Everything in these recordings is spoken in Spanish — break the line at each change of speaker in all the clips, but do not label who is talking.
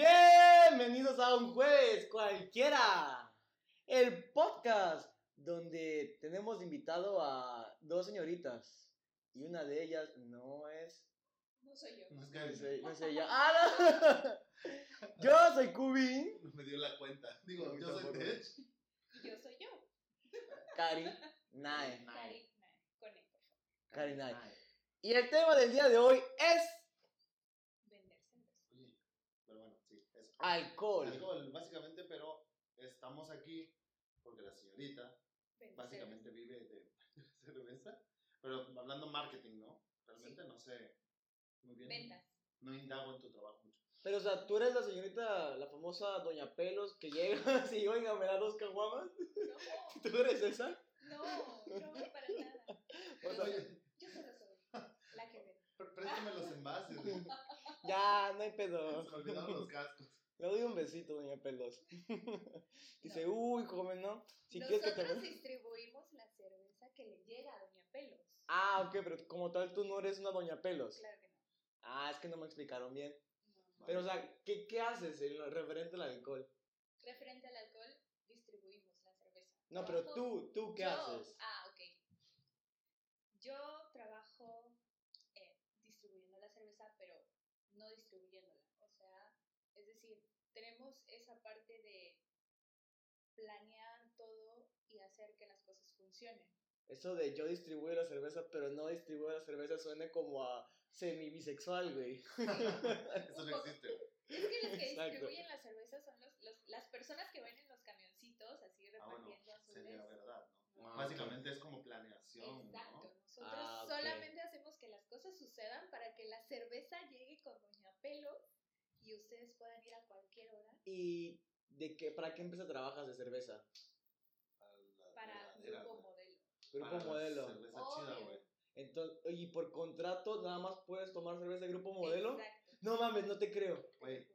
Bienvenidos a un jueves cualquiera, el podcast donde tenemos invitado a dos señoritas y una de ellas no es,
No soy yo.
No es
no
que
sé, no sé ella. ¡Ah, no! Yo soy Cubin,
no me dio la cuenta.
No, yo
Digo, yo soy
tampoco.
Tech.
Yo soy yo.
Cari, Nae,
Cari, Nae, con él, por favor.
Cari Nae. Y el tema del día de hoy es
Vender cerveza.
Oye, Pero bueno, sí, eso.
alcohol.
Alcohol, básicamente, pero estamos aquí porque la señorita
Vender
básicamente vive de cerveza. Pero hablando marketing, ¿no? Realmente no sé muy bien.
cerveza. Ventas.
No indago en tu trabajo mucho.
Pero, o sea, tú eres la señorita, la famosa Doña Pelos que llega y oiga, me da dos caguamas. ¿Tú eres esa?
No, no, no, para nada.
O sea,
Pues, Oye,
Yo solo soy la que vende.
pr- préstame los envases. Se
ya, no hay pedo.
me olvidaron los cascos.
Le doy un besito, doña Pelos. Dice, uy, joven, ¿no? Si quieres que te
Nosotros distribuimos la cerveza que le llega a Doña Pelos.
Ah, ok, pero como tal tú no eres una doña Pelos.
Claro que no.
Ah, es que no me explicaron bien.
No.
Pero, o sea, ¿qué, qué haces en lo referente al alcohol?
Referente al alcohol, distribuimos la cerveza.
No, pero
Ojo,
tú, ¿tú qué
yo-
haces?
Ah, ok. Yo trabajo eh, distribuyendo la cerveza, pero no distribuyéndola. O sea, es decir, tenemos esa parte de planear todo y hacer que las cosas funcionen.
Eso de yo distribuyo la cerveza, pero no distribuyo la cerveza suena como a semi-bisexual, güey.
Eso no existe.
Es que los que
Exacto.
distribuyen la cerveza son los, los- las personas que van en los camioncitos así
Ah, bueno,
repartiendo azules.
Sería verdad, ¿no?
Ah,
Básicamente es como planeación,
Exacto,
¿no?
nosotros
Ah, ok.
solamente hacemos que las cosas sucedan para que la cerveza llegue con Doña Pelos y ustedes puedan ir a cualquier hora
¿Y de qué, para qué empresa trabajas de cerveza?
A la
para
verdadera,
grupo
¿no?
modelo.
Grupo
Para Ah, la
modelo.
Cerveza
Obvio.
chida, güey.
Entonces, oye, ¿y por contrato nada más puedes tomar cerveza de grupo modelo?
Exacto.
No mames, no te creo.
Güey,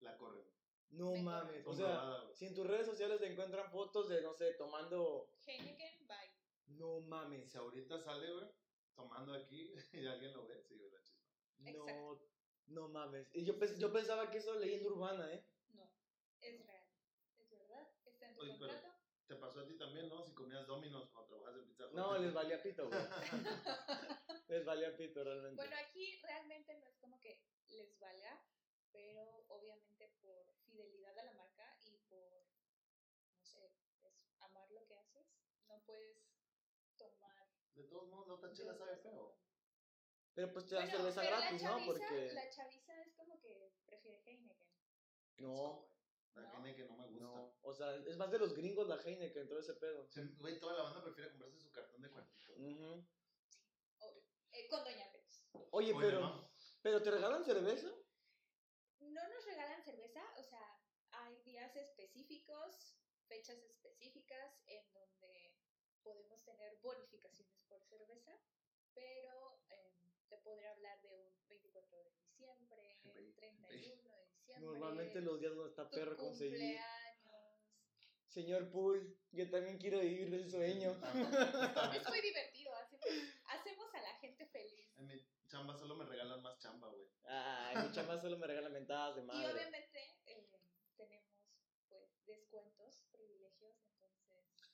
la corren.
No
Me
mames.
encanta.
O
Pues
sea,
Comprobada, güey.
si en tus redes sociales te encuentran fotos de, no sé, tomando...
Heineken, bye.
No
Y
mames.
si ahorita sale, güey, tomando aquí y alguien lo ve, sí, güey, la chispa.
No,
Exacto.
no mames. Y yo, pens- yo pensaba que eso leyenda urbana, ¿eh?
No, es real. Es verdad, está en tu
Oye, pero-
contrato.
Te pasó a ti también, ¿no? Si comías dominos cuando trabajas en pizza. Hut.
No, les valía pito, güey. les valía pito realmente.
Bueno, aquí realmente no es como que les valga, pero obviamente por fidelidad a la marca y por, no sé, pues, amar lo que haces, no puedes tomar.
De todos modos, la otra chela sabe feo.
pero pues te dan
Bueno,
cerveza
pero
gratis,
la
¿no?
chaviza,
Porque...
La chaviza es como que prefiere Heineken.
No,
La
No.
gente que no me gusta.
no. O sea, es más de los gringos la Heineken, todo ese pedo.
Se- Güey, toda la banda prefiere comprarse su cartón de cuartito.
Ujú.
Eh, con Doña Pelos.
Oye,
Oye,
pero...
¿no?
¿Pero te regalan cerveza?
No nos regalan cerveza, o sea, hay días específicos, fechas específicas en donde podemos tener bonificaciones por cerveza, pero eh, te podré hablar de un 24 de diciembre,
Ve-
31 de diciembre.
Normalmente los días donde está
tu
perro conseguir.
cumpleaños.
Señor Pool, yo también quiero vivir el sueño.
Ah,
Es muy divertido, hacemos, hacemos a la gente feliz.
En mi chamba solo me regalan más chamba, güey.
Ay, mi chama solo me regala mentadas de
Y
madre.
obviamente eh, tenemos pues descuentos, privilegios, entonces...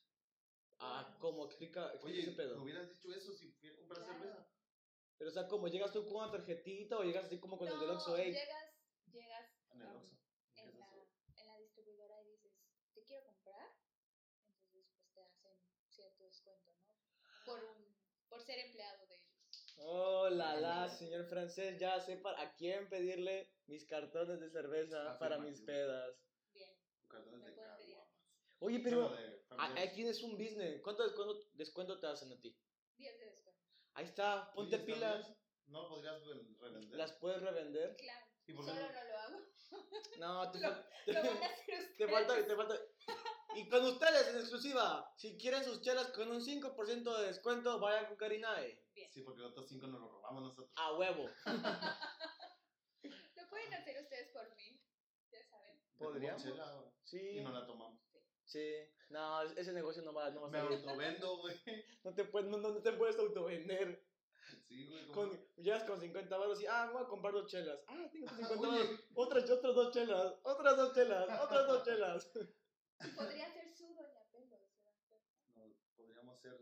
Ah, ¿cómo explica, explica
Oye,
ese
¿me
pedo?
hubieras dicho eso si fui a comprar
Claro.
cerveza?
Pero o sea, ¿cómo llegas tú con una tarjetita o llegas así como con el del Oxxo, ey?
Llegas, llegas
En el
um,
Oxxo. ¿Qué es
en,
eso?
la, en la distribuidora y dices, te quiero comprar. Entonces, pues te hacen cierto descuento, ¿no? Por, un, por ser empleado de ellos.
Oh, la la, señor francés, ya sé para a quién pedirle mis cartones de
Ah,
cerveza para mis
Afirmativo.
pedas.
Bien.
Cartones
Me
de
pueden pedir.
caguamas.
Oye,
Solo
pero
de
a-
familiares.
aquí es un business. ¿Cuánto descuento, descuento te hacen a ti?
10 de descuento.
Ahí está, ponte
Oye,
pilas.
No podrías eh, revender.
¿Las puedes revender?
Claro.
¿Y por qué
Solo
no?
no lo hago.
No, te,
Lo-
fal-
Lo van a hacer ustedes.
te falta, te falta. Y con ustedes en exclusiva, si quieren sus chelas con un 5% de descuento, vayan con Karinae.
Bien.
Sí, porque los otros cinco nos los robamos nosotros.
A huevo.
Lo pueden hacer ustedes por mí. Ya saben.
Te tomo
¿Podríamos?
chela, güey,
Sí.
Y no la tomamos.
Sí. No, ese negocio no va, no va a
Me
salir.
autovendo, güey.
No te, puedes, no, no- no te puedes autovender.
Sí, güey.
con, llegas con 50 baros y, ah, me voy a comprar dos chelas. Ah, tengo 50 baros. Otras, otras dos chelas, otras dos chelas, otras dos chelas.
Podría ser su doña Pedro. ¿verdad?
No, podríamos ser.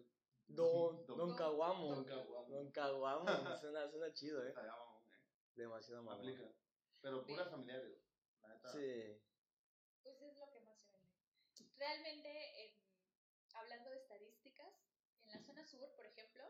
Don, don
Don-
Caguamo.
Don Caguamo.
Don Caguamo. Suena, suena chido, eh.
Estaría mamón, eh.
Demasiado mamón.
Aplica. Pero puras familiares. La neta.
Sí.
Pues es lo que más se vende. Realmente, en- hablando de estadísticas, en la zona sur, por ejemplo,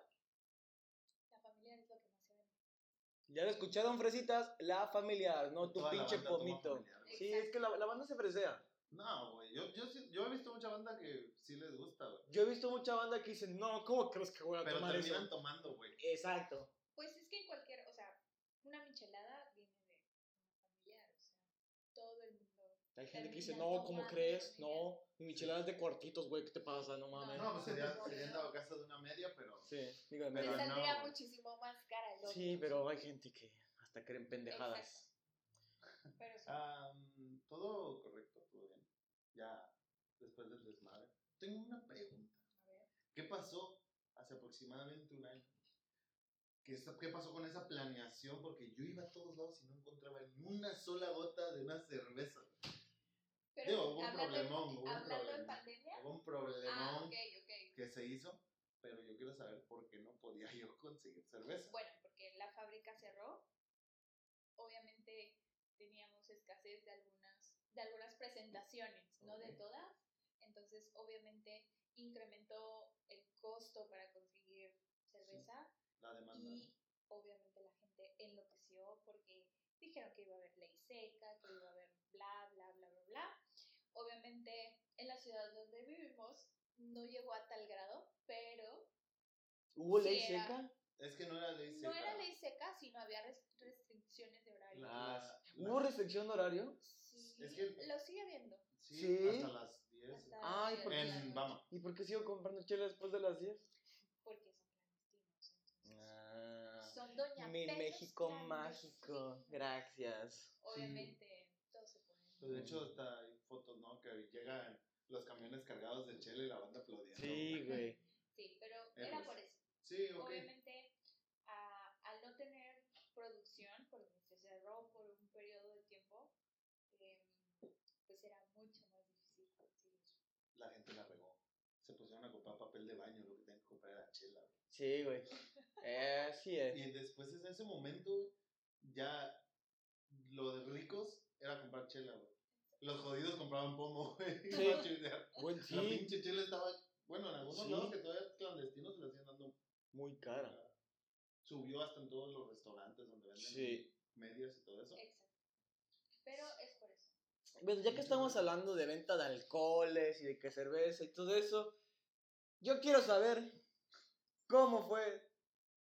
la familia es lo que más se vende.
Ya lo escucharon, fresitas, la familiar, no tu
Toda la
pinche
banda toma
pomito.
familiar, güey.
Sí, es que la, la banda se fresea.
No, güey. Yo, yo, sí- yo he visto mucha banda que sí les gusta, güey.
Yo he visto mucha banda que dice, no, ¿cómo crees que voy a
Pero
tomar eso?
terminan tomando, güey.
Exacto.
Pues es que en cualquier, o sea, una michelada viene de una familiar, o sea, todo el mundo.
Hay gente que dice,
Terminan
no, ¿cómo
tomando,
crees?
terminan-
No, mi michelada es de cuartitos, güey, ¿qué te pasa? No mames.
No, pues sería,
no,
sería en
no.
dado caso de una media, pero.
Sí, digo, de
Me
media.
Pero no,
saldría
güey.
muchísimo más cara el
Sí,
otro.
pero hay gente que hasta creen pendejadas.
Pero sí.
Ah, mm, todo correcto, todo bien. Ya después del desmadre. Tengo una pregunta.
A ver.
¿Qué pasó hace aproximadamente un año? ¿Qué, esa- qué pasó con esa planeación? Porque yo iba a todos lados y no encontraba ni una sola gota de una cerveza.
Pero
Digo, hubo un
hablando,
problemón, hubo un
hablando de
problemón.
pandemia.
Hubo un
Ah,
problemón
ok, ok.
que se hizo, pero yo quiero saber por qué no podía yo conseguir cerveza.
Bueno, porque la fábrica cerró. Obviamente teníamos escasez de algunas, de algunas presentaciones, no de
Ok.
todas. Entonces, obviamente incrementó el costo para conseguir cerveza
La demanda.
y obviamente la gente enloqueció porque dijeron que iba a haber ley seca, que iba a haber bla, bla, bla, bla, bla. Obviamente en la ciudad donde vivimos no llegó a tal grado, pero
¿Hubo
Sí,
ley
era-
seca?
Es que no era ley
No
seca.
era ley seca, sino había res- restricciones de horario.
La-
Ah,
la-
¿Hubo restricción de horario?
Sí,
Es que-
lo sigue habiendo.
Sí,
Sí.
hasta las 10.
hasta
Ay,
el
porque-
día de hoy,
En, vamos.
¿Y por qué sigo comprando chela después de las 10?
Porque son clandestinos. entonces,
Ah,
son doña
mi
Pelos
México
clandestinos.
mágico, gracias.
Obviamente, todo se pone.
Pues, de hecho, hasta hay fotos, ¿no? Que llegan los camiones cargados de chela y la banda aplaudiendo.
Sí, güey.
Sí, pero
Eh,
era
pues,
por eso.
Sí, ok.
Obviamente, a- al no tener producción, porque se cerró por un periodo de tiempo, eh, pues era mucho más difícil conseguir.
La gente la regó. Se pusieron a comprar papel de baño, lo que tenían que comprar era chela. güey.
Sí, güey. Eh, así es.
Y después, en ese momento, güey, ya lo de ricos era comprar chela, güey. Los jodidos compraban pomo, güey.
Sí.
para chilear.
Güey,
La
sí,
pinche chela estaba. Bueno, en algunos
Sí.
lados que todavía clandestinos se la hacían dando.
muy cara.
Subió hasta en todos los restaurantes donde venden
Sí.
medias y todo eso.
Exacto. Pero es por eso.
Bueno, ya que estamos hablando de venta de alcoholes y de que cerveza y todo eso, yo quiero saber cómo fue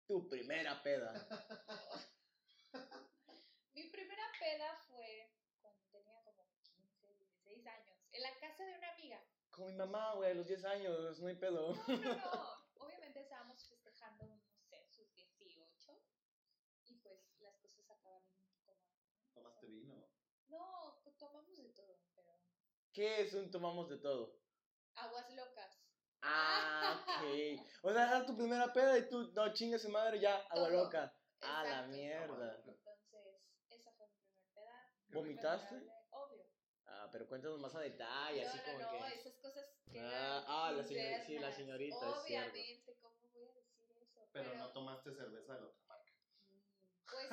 tu primera peda.
Mi primera peda fue cuando tenía como 15, 16 años, en la casa de una amiga.
Con mi mamá, güey, a los 10 años, no hay pedo.
No, no, no. Obviamente estábamos festejando, no sé, sus 18. Y pues las cosas acabaron un poco mal.
Tomaste vino.
No, to- tomamos de todo, pero.
¿Qué es un tomamos de todo?
Aguas locas.
Ah, ok. O sea, era tu primera peda y tú, no chingas su madre, ya, agua
Todo.
loca. Ah, la
Exacto.
mierda.
Entonces, esa fue mi primera peda.
¿Vomitaste?
Memorable, Obvio.
Ah, pero cuéntanos más a detalle, así
no,
como
no, no,
que.
esas cosas que.
Ah, ah, la señorita, sí, la
internas.
señorita, es cierto.
Obviamente, ¿cómo voy a decir eso?
Pero no tomaste cerveza de la otra marca.
Pues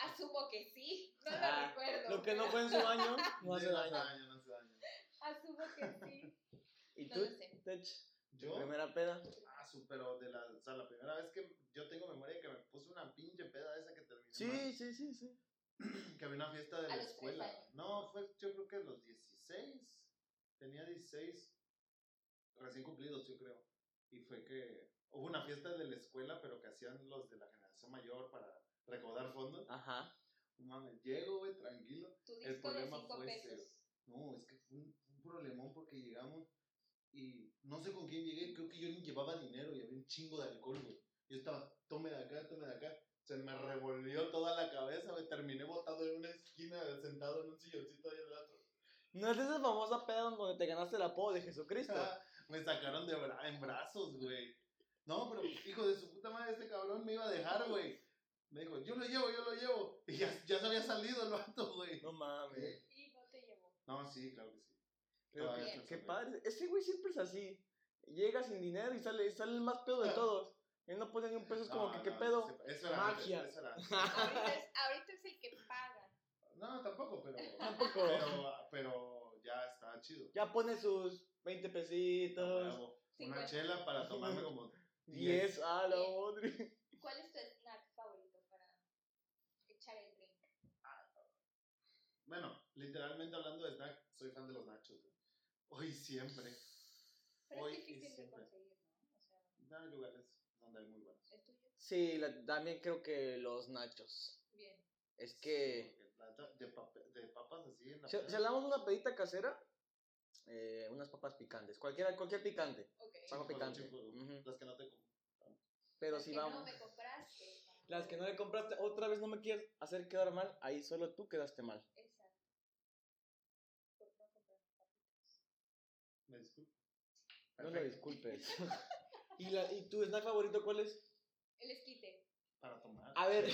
asumo que sí, no lo
Ah,
recuerdo.
Lo que no
pero
fue en su baño, no hace
no hace
daño.
daño, no hace daño.
Asumo que sí.
¿Y
No
tú,
lo sé.
Tech? ¿Tu
Yo,
primera peda?
ah, su- pero de la, o sea, la primera vez que yo tengo memoria que me puse una pinche peda esa que terminé.
Sí, sí, sí, sí.
mal, Que había una fiesta de
A
la
los tres
escuela.
años.
No, fue yo creo que a los 16. Tenía 16 recién cumplidos, yo creo. Y fue que hubo una fiesta de la escuela, pero que hacían los de la generación mayor para recaudar fondos.
Ajá.
No mames, llego, güey, tranquilo.
Tu
El
disco de
problema
5
fue ese.
pesos.
No, es que fue un, un problemón porque llegamos y no sé con quién llegué, creo que yo ni llevaba dinero y había un chingo de alcohol, güey. Yo estaba, tome de acá, tome de acá. Se me revolvió toda la cabeza, güey. Terminé botado en una esquina, sentado en un silloncito ahí al lado.
¿No es de esa
Ah,
famosa peda donde te ganaste el apodo de Jesucristo?
me sacaron de bra- en brazos, güey. No, pero hijo de su puta madre, este cabrón me iba a dejar, güey. Me dijo, yo lo llevo, yo lo llevo. Y ya, ya se había salido el vato, güey.
No mames.
Y no te llevó.
No, sí, claro que sí.
Pero
Todavía
qué,
no
qué
sabe.
padre. Ese güey siempre es así. Llega sin dinero y sale, sale el más pedo de todos. Él no pone ni un peso, es como
Ah. No,
que qué
no,
pedo.
sí, Eso era
Magia.
antes, eso era antes.
Ahorita es, ahorita es el que paga.
No, tampoco, pero,
Tampoco.
pero, pero ya está chido.
Ya pone sus 20 pesitos,
Bravo. Una
Cincuenta.
chela para tomarme como
10, a la madre.
¿Cuál es tu snack favorito para echar el drink?
Bueno, literalmente hablando de snack, soy fan de los nachos. güey. Hoy y siempre.
Pero
Hoy y
es difícil de
siempre.
conseguir, ¿no? O sea,
No hay lugares donde hay muy buenos.
¿es tuyo?
Sí, la- también creo que los nachos.
Bien.
Es que.
Sí, porque la neta, de, pap- de papas así en la
Si,
playa,
si hablamos de una pedita casera, eh, unas papas picantes. Cualquiera, cualquier picante.
Ok.
Sí,
Papa
con
picante.
chingos, güey.
Ujú.
Las que no te como.
Pero
Las
si
que
vamos.
no me compraste.
Las que no le compraste, otra vez no me quieres hacer quedar mal, ahí solo tú quedaste mal.
Exacto. Por no comprar papitas.
Me disculpo.
No lo
Perfecto.
disculpes. ¿Y, la- ¿Y tu snack favorito cuál es?
El esquite.
Para tomar.
A ver.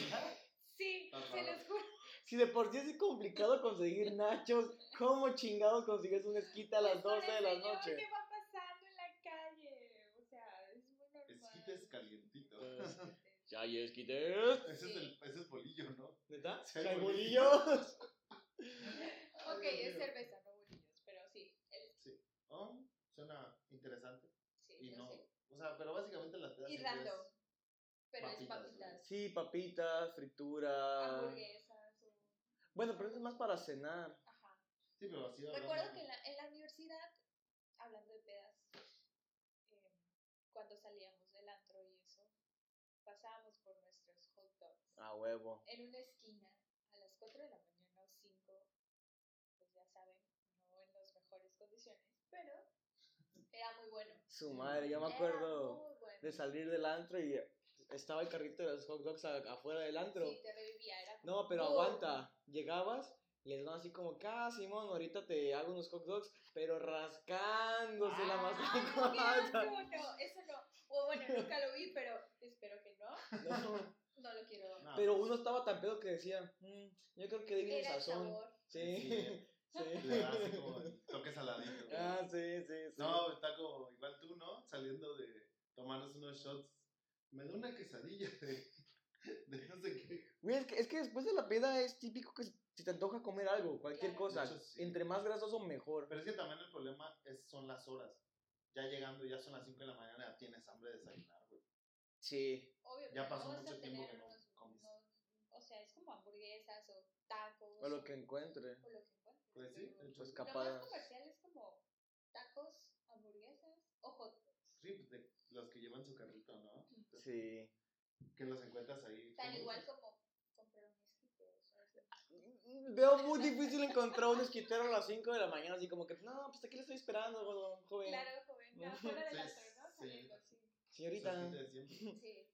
Sí,
Ajá.
se los juro.
Si de por sí es complicado conseguir nachos, ¿cómo chingados consigues un esquite a las
Pues con
12 de
el
la
señor
noche?
que va pasando en la calle? O sea, es muy normal.
Esquites calientito.
Pues, ¿Ya hay esquites?
Ese es, el, ese es bolillo, ¿no?
¿Neta?
Sí, hay
¿Hay
bolillos.
bolillos?
Ok,
Ay, Dios
es
mío.
cerveza, no bolillos, pero sí. El,
Oh, suena interesante.
sí,
Y
yo
no.
sé.
O sea, pero básicamente las pedas.
Y
siempre
random.
es-
Pero es
Papitas, ¿no?
papitas.
Sí, papitas, fritura.
Hamburguesas. o-
Bueno, pero eso es más para cenar.
Ajá.
Sí, pero así hablando-
Recuerdo que en la, en la universidad, hablando de pedas, eh, cuando salíamos del antro y eso, pasábamos por nuestros hot dogs.
A huevo.
En una esquina, a las 4 de la mañana o 5, pues ya saben, no en las mejores condiciones, pero era muy bueno.
Su madre, yo me acuerdo
Era muy bueno.
de salir del antro y estaba el carrito de los hot dogs a- afuera del antro.
Sí, te revivía, era como,
No, pero
¡Oh!
aguanta. Llegabas y les daban así como, ah, Simón, ahorita te hago unos hot dogs, pero rascándose la
Ah,
¡Ay, no, qué
mascota.
asco! No, eso no. O bueno, nunca lo vi, pero espero que no.
No,
No lo quiero.
No,
pero
pues,
uno estaba tan pedo que decía, "Mm, yo creo que debe
Era el
sazón.
sabor.
Sí,
Le da así
sí.
como el toque saladito. güey.
Ah, sí, sí, sí.
No, está como igual tú, ¿no? Saliendo de tomarnos unos shots. Me da una quesadilla de, de no sé qué.
Güey, es que, es que después de la peda es típico que si te antoja comer algo, cualquier
Claro.
cosa,
De hecho, sí.
entre más grasoso mejor.
Pero es que también el problema es, son las horas. Ya llegando, ya son las 5 de la mañana, ya tienes hambre de desayunar, güey.
Sí.
Obvio,
Ya
pero
pasó
no vas
mucho
a
tiempo
tener
que no
unos-
comes.
unos- o sea, es como hamburguesas o tacos.
O lo que encuentre.
o lo que encuentres,
Pues sí,
pero
el
Pues
Lo
capaz.
más comercial es como tacos, hamburguesas o hot dogs.
Sí, pues, de los que llevan su carrito, ¿no?
Sí.
Que los encuentras ahí.
Tan
como-
igual como comprar un esquite. o sea, es-
Veo muy difícil encontrar un esquitero a las 5 de la mañana, así como que, no, pues aquí le estoy esperando, jo- joven.
Claro, joven, no, fuera de
Sí,
la torre, ¿no?
sí.
Saliendo, sí.
Esos que
Señorita.
te decían,
Sí.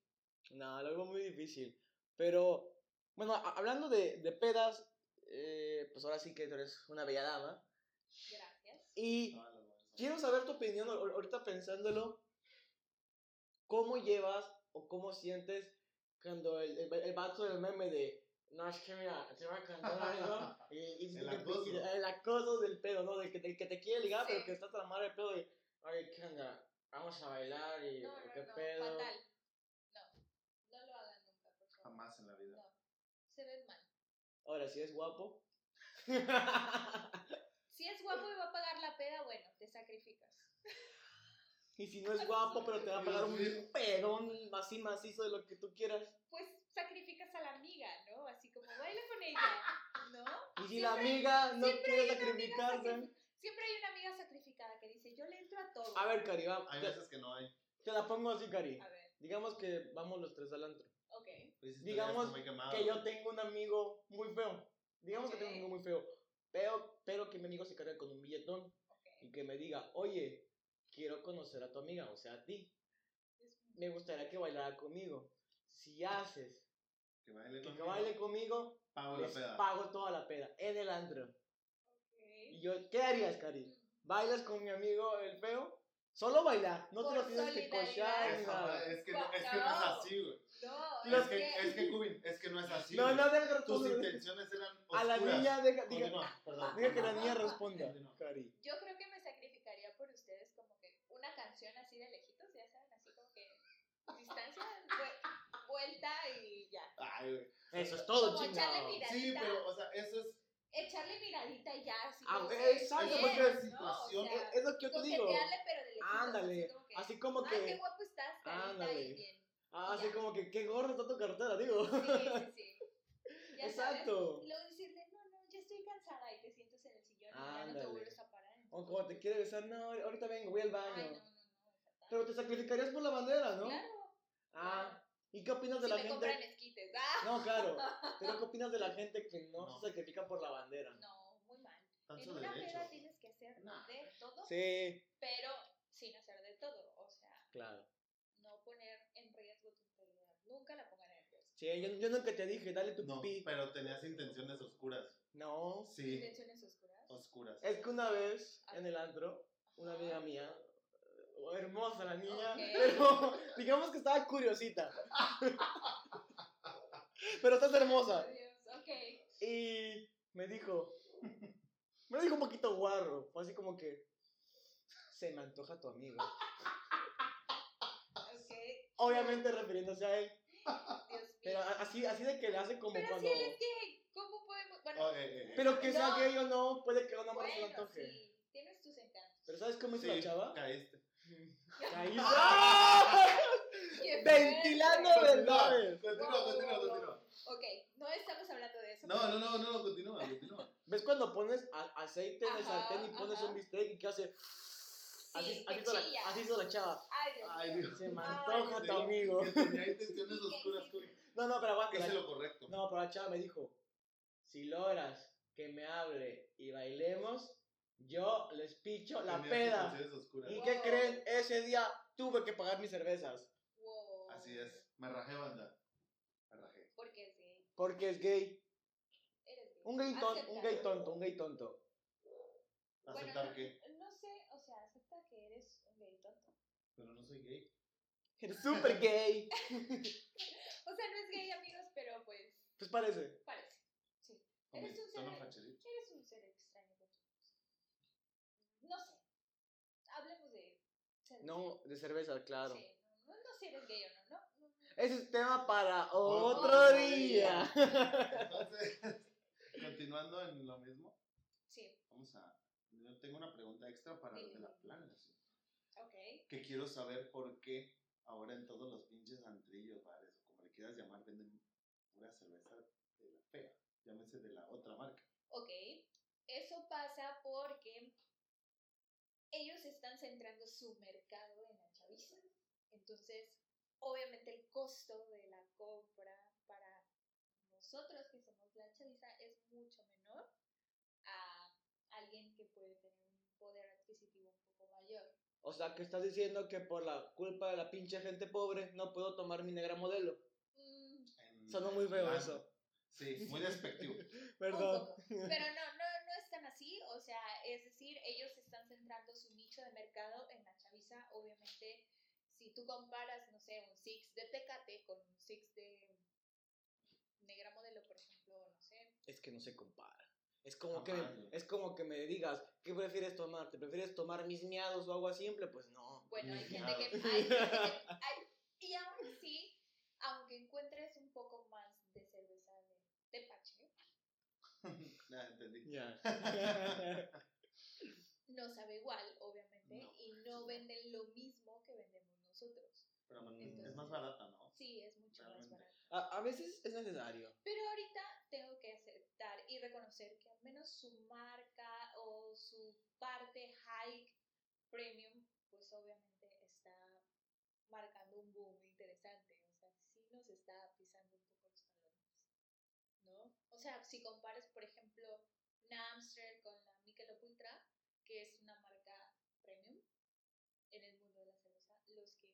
No, lo veo muy difícil. Pero, bueno, a- hablando de, de pedas, eh, pues ahora sí que tú eres una bella dama.
Gracias.
Y
"No, las mujeres son
quiero saber tu opinión, ahor- ahorita pensándolo, ¿cómo llevas o cómo sientes cuando el, el, el vato del meme de, no, es que mira, te va a cantar algo, y, y-
El acoso.
y- el acoso del pedo, ¿no? Del que, del que te quiere ligar,
Sí.
pero que está tan mal el pedo de, ay, ¿qué onda? Vamos a bailar y
No, no,
qué
no,
pedo.
fatal. No, no lo hagan nunca, por favor.
Jamás en la vida.
No, se ven mal.
Ahora, si es guapo.
Si es guapo y va a pagar la peda, bueno, te sacrificas.
Y si no es guapo, pero te va a pagar un
Dios mío.
pedón así macizo de lo que tú quieras.
Pues sacrificas a la amiga, ¿no? Así como baila con ella, ¿no?
Y si la
Siempre-
amiga no
siempre
quiere
hay una amiga
sacrificarse.
sacrifi- Siempre hay una amiga sacrificada que dice, yo le entro a todo.
A ver, Cari, va,
Hay
te,
veces que no hay.
te la pongo así, Cari.
A ver,
Digamos que vamos los tres al antro.
ok.
Pues, si te
Digamos
veas como quemado,
Que yo tengo un amigo muy feo. Digamos que tengo un
Ok.
amigo muy feo. Pero, pero que mi amigo se carga con un billetón. Y que me diga, oye, quiero conocer a tu amiga, o sea, a ti. Me gustaría que bailara conmigo. Si haces
Que baile
que, que
conmigo.
baile conmigo,
Pago la
les
peda.
pago toda la peda en el antro.
Ok.
Y yo, ¿qué harías, Cari? ¿Bailas con mi amigo el feo? Solo bailar, no te lo
Por
tienes que cochar ni
solidaridad.
nada.
Es que, no, es que no es así, güey.
No,
Los-
Es que, es que, Cubin, es que no es así.
No,
güey.
no, deja
Tus
responder.
intenciones eran
A la
oscuras.
niña, deja, diga,
Continúa, perdón.
diga que la niña responda.
Continúa.
Cari.
yo creo que me sacrificaría por ustedes como que una canción así de lejitos, ya saben, así como que distancia, vue- vuelta y ya.
Ay, güey.
Eso es todo,
Como
chingado.
echarle miradita,
Sí, pero, o sea, eso es.
echarle miradita y ya, así
Ah,
como
eh,
que,
exacto,
bien,
porque la
situación
¿no? O sea,
Es lo que yo te digo.
coquetearle, pero de lejitos,
Ándale,
como que,
así como
"Ah, qué
que,
guapo estás, carita",
Ándale.
y bien.
ah, así
ya.
como que, qué gorda está tu cartera, digo.
Sí, sí, sí. Ya sabes,
Exacto.
Y luego decirle, no, no, ya estoy cansada y te sientes en el sillón y ya no
Ándale.
te vuelves a parar.
O como te quiere besar, no, ahorita vengo, voy al
Ay, no,
baño.
no, no.
Pero te sacrificarías por la bandera, ¿no?
Claro.
Ah, ¿y qué opinas de
Si
la
me
gente?
compran esquites. Ah,
No, claro. Pero ¿qué opinas de la gente que no,
No.
se sacrifica por la bandera?
no, muy mal.
Están
En
sus
una peda
derechos.
tienes que hacer
Nah.
de todo,
Sí,
pero sin hacer de todo. O sea,
claro.
no poner en riesgo tu integridad. Nunca la pongan en riesgo.
Sí, yo, yo nunca te dije, dale tu
No,
pipí.
pero tenías intenciones oscuras.
No.
Sí,
Intenciones oscuras.
oscuras.
Es que una vez
Ah.
en el antro, una amiga mía, hermosa la niña,
Ok.
pero digamos que estaba curiosita. pero estás hermosa.
Dios, ok.
Y me dijo, me dijo un poquito guarro, fue así como que, se me antoja tu amigo.
Ok.
Obviamente refiriéndose a él,
Dios mío.
pero a- así, así de que le hace como
Pero si
cuando...
él es gay, ¿cómo podemos.? Bueno,
Oh, eh, eh, eh.
Pero que sea
No.
gay o no, puede que a una mujer se le
bueno,
antoje.
sí. Tienes tus encantos.
Pero ¿sabes cómo hizo
Sí,
la chava?
Caíste.
Caí. ¡Ah!
Qué
Ventilando
fuerte.
Continúa,
verdades.
continúa, continúa, continúa.
Ok, no estamos hablando de eso.
No, no, no, no, no, continúa, continúa.
¿Ves cuando pones a- aceite en el
Ajá,
sartén y pones
ajá.
un bistec y qué hace? Así,
que
así, hizo la,
chilla.
así hizo la chava.
Ay, Dios
Ay,
mío.
Dios.
Se me
Ay,
antoja tu
Dios.
amigo.
Que tenía intenciones oscuras, Cubin.
No, no, pero aguanta.
Hice
la-
lo correcto.
No, pero la chava me dijo, si logras que me hable y bailemos, yo les picho la
Tenías
peda.
intenciones oscuras.
¿Y qué
Wow.
creen? Ese día tuve que pagar mis cervezas.
Wow.
Así es. Me rajé, banda. Me rajé.
Porque sí,
Porque es gay.
eres gay.
Un gay, ton- un
Acepta.
gay tonto, un gay tonto.
Bueno,
¿Aceptar
no,
qué?
No sé, o sea, acepta que eres un gay tonto.
Pero no soy gay.
Eres súper gay.
O sea, no es gay, amigos, pero pues
Pues parece.
parece.
Como
Eres un
son
ser-
facherito.
Eres un ser extraño. con tus gustos. No sé. Hablemos de. ser-
No, de cerveza, claro.
Sí, no, no, no si eres gay o no, ¿no? no, no.
Ese es tema para otro,
Otro
día.
día. Entonces, continuando en lo mismo,
Sí,
vamos a. Yo tengo una pregunta extra para los de la plana. ¿sí?
ok.
Que quiero saber por qué ahora en todos los pinches antrillos, bares, o como le quieras llamar, venden pura cerveza de la fea. Llámese de la otra marca.
Ok, eso pasa porque ellos están centrando su mercado en la chaviza. Entonces, obviamente el costo de la compra para nosotros que somos la chaviza es mucho menor a alguien que puede tener un poder adquisitivo un poco mayor.
O sea, que estás diciendo que por la culpa de la pinche gente pobre no puedo tomar mi negra modelo.
Mm,
En-
Sonó muy feo
Ah,
eso.
Sí, muy despectivo.
Un
Perdón.
poco. Pero no, no, no es tan así, o sea, es decir, ellos están centrando su nicho de mercado en la chaviza, obviamente, si tú comparas, no sé, un Six de Tecate con un Six de Negra Modelo, por ejemplo, no sé,
Es que no se compara. Es como, que,
Jamás, güey.
es como que me digas, ¿qué prefieres tomar? ¿Te prefieres tomar mis miados o agua simple? Pues no.
bueno, hay gente
Miado.
que... hay gente que- hay- y aún así, aunque encuentres un poco más de cerveza de tepache,
Ya entendí.
Ya.
no sabe igual, obviamente,
No,
y
sí,
no
no.
venden lo mismo que vendemos nosotros.
Pero man,
Entonces-
es más barata, ¿no?
Sí, es mucho más
Realmente.
barato.
a, a veces es necesario.
Pero ahorita tengo que aceptar y reconocer que al menos su marca o su parte high premium, pues obviamente está marcando un boom interesante. O sea, sí nos está pisando un poco los talones, ¿no? O sea, si compares, por ejemplo, una Amstel con la Michelob Ultra, que es una marca premium en el mundo de la cerveza, los que,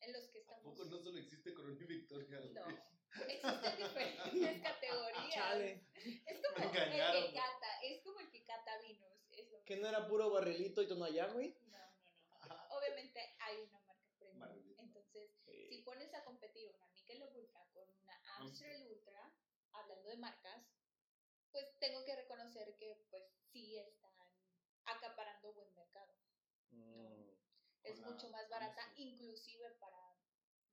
en los que
¿A
estamos...
poco no solo existe Corona y Victoria? güey?
No, existen diferentes categorías.
Chale.
Es como
Me
el
engañaron,
que
güey.
cata, es como el que cata vinos. Es lo
Que no era puro barrilito y tonallá, güey.
No, no, no.
Ah,
Amstrad Ultra, hablando de marcas, pues tengo que reconocer que pues sí están acaparando buen mercado.
Mm.
Es
Con la
mucho más barata,
Amstrad.
inclusive para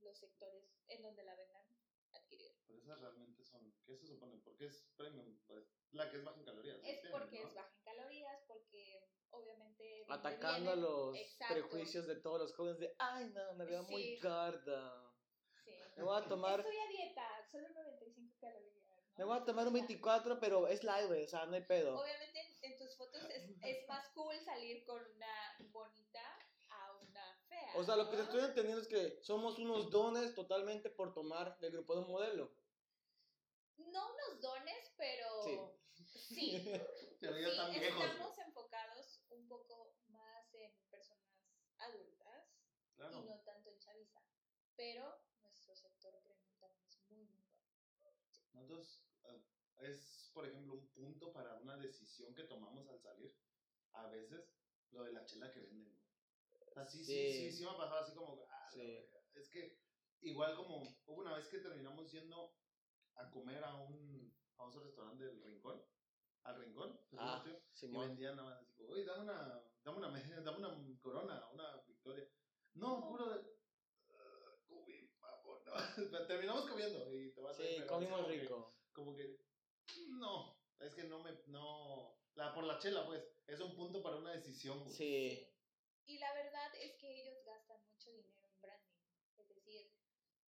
los sectores en donde la vendan adquirir.
Pero esas realmente son. ¿Qué se supone? Porque es premium, pues. La que es baja en calorías.
Es
premium,
porque
¿no?
es baja en calorías, porque obviamente... donde
Atacando
vienen-
los
Exacto.
prejuicios de todos los jóvenes de, ay, no, me veo muy
Sí.
gorda.
Sí.
Me voy a tomar,
Estoy a dieta, solo 95 calorías. ¿no?
me voy a tomar un 24, pero es live, o sea, no hay pedo.
Obviamente en, en tus fotos es, es más cool salir con una bonita a una fea.
O sea, lo que te
¿no?
estoy entendiendo es que somos unos dones totalmente por tomar del grupo de un modelo.
No unos dones, pero sí. sí,
Pero ya están viejos. güey.
estamos enfocados un poco más en personas adultas
Claro.
y no tanto en chaviza. Pero nuestro sector premium también es muy, muy bueno.
Nosotros ah, es, por ejemplo, un punto para una decisión que tomamos al salir. A veces, lo de la chela que venden. güey. Así sí,
Sí.
sí, sí, me ha pasado así como, ah, la
Sí.
verga. es que igual como hubo una vez que terminamos yendo a comer a un famoso restaurante del Rincón, al Rincón, pues, Jesús
Ah,
Matías, y
Simón.
vendían nada más así como, oye, dame una, dame una, me- dame una corona, una victoria. No, puro de... "Ah, güey, mamón, no". Terminamos comiendo y te vas a ir,
Sí,
pero
comimos
así como que-
rico.
como que no, es que no me no la por la chela pues, es un punto para una decisión. güey.
Sí.
Y la verdad es que ellos gastan mucho dinero en branding. Es decir,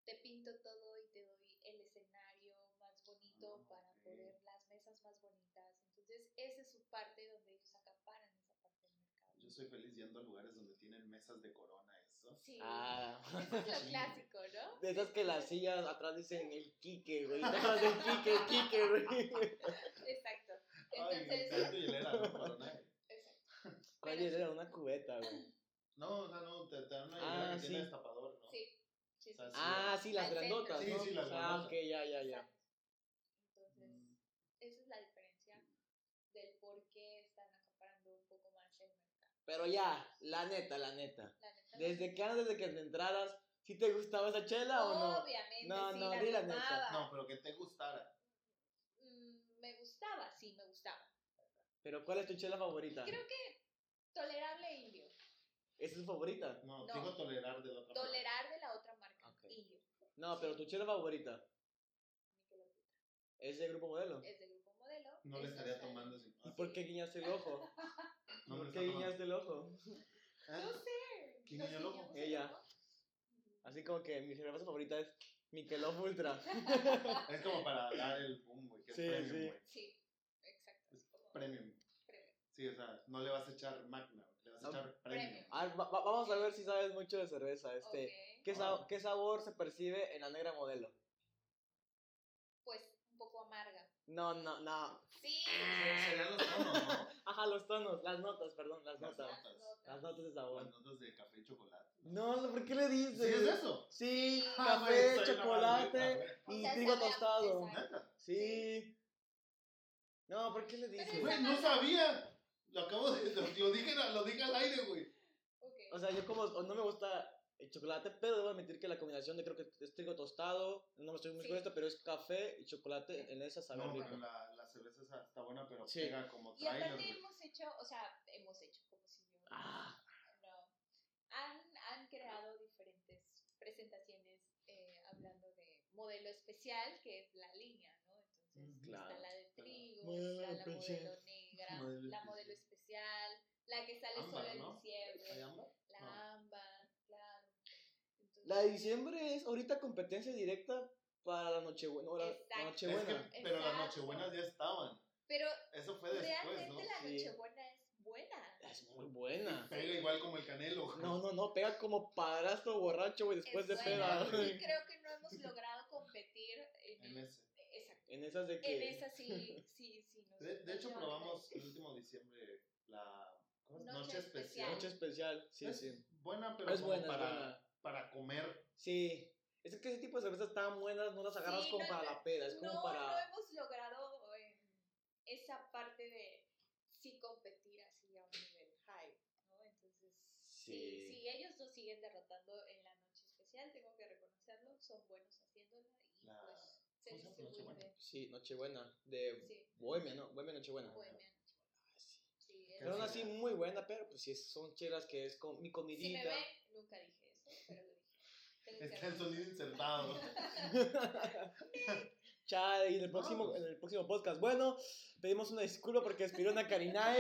te pinto todo y te doy el escenario más bonito
Ah,
para
ok.
poner las mesas más bonitas. Entonces, esa es su parte donde ellos acaparan esa parte del mercado.
Yo soy feliz yendo a lugares donde tienen mesas de corona eso.
Sí.
Ah.
Eso es
Sí.
lo clásico, ¿no?
De esas que las sillas atrás dicen el Kike, güey. Atrás del Kike, el Kike, güey.
Exacto.
Ay,
Entonces,
está tu hielera, ¿no? Corona.
exacto.
¿Cuál
Pero-
era? Una cubeta, güey.
No, o sea, no, te, te dan una hielera
Ah,
que
sí.
tiene destapador, ¿no?
Sí, sí, sí.
O sea,
Ah, sí, las
Al centro.
grandotas,
Sí,
¿no?
sí, las
Ah,
grandotas.
ok, ya, ya, ya. Mm.
Exacto. Entonces, esa es la diferencia del por qué están acaparando un poco más el mercado.
Pero ya, la neta, la neta.
La neta,
Desde que antes de que te entraras, ¿sí te gustaba esa chela o no?
Obviamente,
No,
sí,
no,
la
di la
tomaba.
neta.
No, pero que te gustara.
Mm, me gustaba, sí, me gustaba.
Pero ¿cuál es tu chela favorita?
Creo que tolerable indio.
¿Esa es tu favorita?
No,
No.
digo tolerar de la otra manera.
Tolerar de la otra marca,
Ok.
indio.
No, pero tu chela favorita
Michelob
es de grupo modelo.
Es del grupo modelo.
No le
es
estaría
nostálgico.
tomando así.
¿Y por qué guiñaste el ojo?
No me
¿Por
lo
qué
está tomando.
guiñaste el ojo?
No
Ah,
sé.
¿Quién
no
guiñó
sé,
el ojo?
yo no sé,
Ella.
¿no?
Así como que mi cerveza favorita es Michelob Ultra.
Es como para dar el boom, güey, que
Sí,
es premium,
sí.
güey.
Sí, exacto. es como
Premium.
premium.
Sí, o sea, no le vas a echar magna, güey, le vas a
No,
echar
Premium.
premium.
A ver, va- va- vamos a ver si sabes mucho de cerveza. Este,
Ok.
¿qué, sa-
Ah.
¿Qué sabor se percibe en la negra modelo?
Pues un poco amarga.
No, no, no.
Sí.
Ah,
Se- Serían los tonos, ¿no?
Ajá, los tonos, las notas, perdón, las
Las
notas.
notas.
Las notas de
Las
sabor.
notas de café y chocolate.
No, no, ¿por qué le dices?
¿Sí es eso?
Sí,
Ah,
café,
güey, soy una
chocolate
maldita,
O
y
sea,
trigo
sabe a-
tostado.
exacto.
¿Neta?
Sí. No, ¿por qué le
Pero
dices?
es-
Güey, no sabía. Lo acabo de. Lo, lo dije, lo dije al aire, güey.
Ok.
O sea, yo como o no me gusta el chocolate, pero debo admitir que la combinación de creo que es trigo tostado, no me estoy muy
Sí.
con esto, pero es café y chocolate en- en esa sabe
No,
rico.
pero la, la cerveza esa está buena, pero
Sí.
pega como
Y aparte
trailer.
hemos hecho, o sea, hemos hecho como si yo.
Ah.
No. Han, han creado diferentes presentaciones eh, hablando de modelo especial, que es la línea, ¿no? Entonces,
Mm,
claro,
está la de
claro.
trigo,
Modelo
está la
especial.
modelo negra,
Modelo
la modelo especial, la que sale
Ámbar,
solo en
¿no? ¿Hay
diciembre,
hambre?
la
No.
ámbar, claro. Entonces,
Ah. La de diciembre es ahorita competencia directa para la Nochebuena. o La, la
Exacto.
Es que-
Nochebuena.
pero las
Exacto.
nochebuenas ya estaban.
Pero
Eso fue después,
realmente
¿no?
la
Sí.
Nochebuena es buena.
Ah, Es muy buena.
Pega igual como el canelo. güey.
No, no, no, pega como padrastro borracho, güey, después
es
Pues de
buena.
peda.
Y creo que no hemos logrado competir en,
En ese.
Exacto.
En esas de
En
que.
esa sí, sí, sí. nos-
De, de
nos
hecho,
llevan
probamos el último diciembre la. ¿cómo es?
Noche
Noche especial.
Noche especial, sí,
es
sí.
buena, pero
Es
como
buena, es
para,
buena.
para comer.
Sí. Es que ese tipo de cervezas tan buenas no las agarras
Sí,
como
no,
para la peda, es como
no, no
para.
hemos logrado eh, esa parte de sí competir así a un nivel high, ¿no? Entonces, sí,
Sí.
sí, ellos nos siguen derrotando en la noche especial, tengo que reconocerlo, son buenos haciéndolo y
La-
pues se
¿Cómo se llama?
distribuye.
Sí, Nochebuena, de
Sí,
Bohemia, ¿no? Bohemia Nochebuena.
bohemia.
Ah, sí.
Sí, es-
Pero aún así muy buena, pero pues sí, son chelas que es con mi
Si me
comidita.
ven, nunca dije eso, pero lo dije. Tengo que
Está el
hacerlo.
sonido insertado.
Chale, y en el, próximo,
Oh.
pues.
en el próximo podcast. Bueno, pedimos una disculpa porque despidieron a Karinae.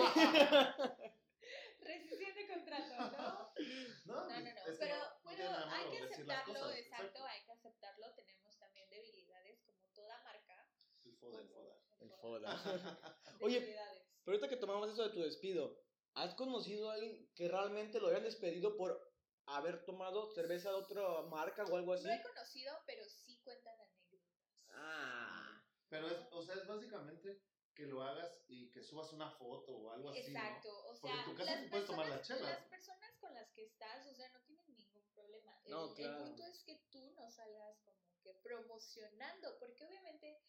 Rescisión de contrato, ¿no?
No,
No,
pues,
no, no,
es que
pero,
no
bueno,
tiene nada
hay
malo
que
decir las
aceptarlo,
cosas,
exacto, hay que aceptarlo. Tenemos también debilidades, como toda marca.
El foda, el foda.
El
Como-
foda. Oye,
Debilidades.
Pero ahorita que tomamos eso de tu despido, ¿has conocido a alguien que realmente lo hayan despedido por haber tomado cerveza de otra marca o algo así?
No he conocido, pero sí cuentan anécdotas.
Ah,
Pero es, o sea, es básicamente que lo hagas y que subas una foto o algo así. ¿no?
Exacto, o sea,
Porque en tu casa
las,
sí puedes tomar
personas,
las chelas.
las personas con las que estás, o sea, no tienen ningún problema. El,
No,
el
claro.
punto es que tú no salgas como que promocionando, porque obviamente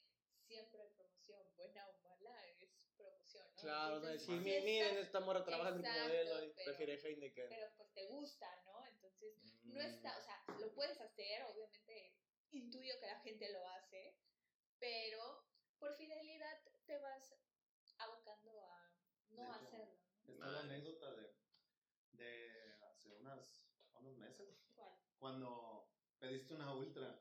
siempre hay promoción, buena o mala, es promoción, ¿no?
claro, de
Entonces,
decir,
si
"Mi-
estás-
miren, esta morra trabaja en
Exacto,
un modelo y
pero-
prefiere Heineken.
pero pues te gusta, ¿no? Entonces, no está, o sea, lo puedes hacer, obviamente intuyo que la gente lo hace, pero por fidelidad te vas abocando a no
De todo.
hacerlo.
Está la anécdota de, de hace unas, unos meses,
¿no? ¿Cuál?
cuando pediste una ultra.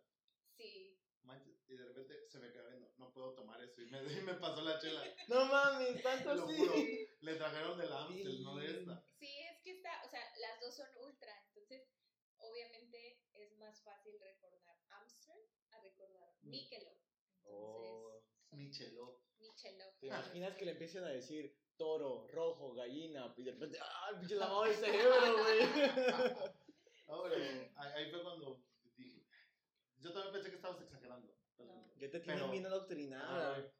Sí.
manches, y de repente se me quedó viendo, no puedo tomar eso. Y me, y me pasó la chela.
No mames, tanto
Lo
así.
juro. Le trajeron de la Amstel, no de esta.
Sí, es que está, o sea, las dos son ultra, entonces obviamente es más fácil recordar Amsterdam a recordar
Mm.
Michelob. Entonces,
Oh.
son
Micheló.
Michelob.
¿Te imaginas que le empiecen a decir toro, rojo, gallina? Y de repente, ¡ah, el pinche lavado de cerebro, güey!
No, pero ahí ahí fue cuando dije, yo también pensé que estabas exagerando.
No.
Ya te tienen
Pero-
bien adoctrinada.
Arre,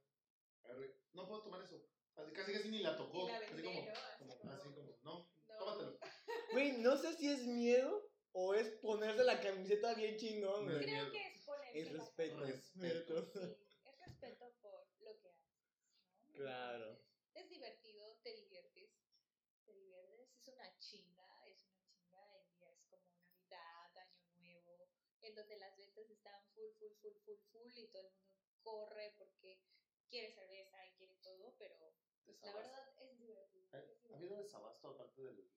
arre, No puedo tomar eso. Así, casi casi ni la tocó.
Y la
así
besé,
como,
¿no?
como-
Así como-
así como, no,
No.
tómatelo.
Güey, no sé si es miedo o es ponerse la camiseta bien chingón,
Me-
güey.
Creo
miedo.
que es ponerse
Es
la
respeto.
Respeto.
respeto.
Sí, es respeto por lo que haces, ¿no?
Claro.
Es, es divertido, te diviertes, te diviertes, es una chinga, es una chinga en días como Navidad, Año Nuevo, en donde las ventas están full, full, full, full, full y todo el mundo corre porque quiere cerveza y quiere todo, pero la
Desabasto.
verdad es divertido.
Eh,
es
Ha
divertido.
habido desabasto aparte del.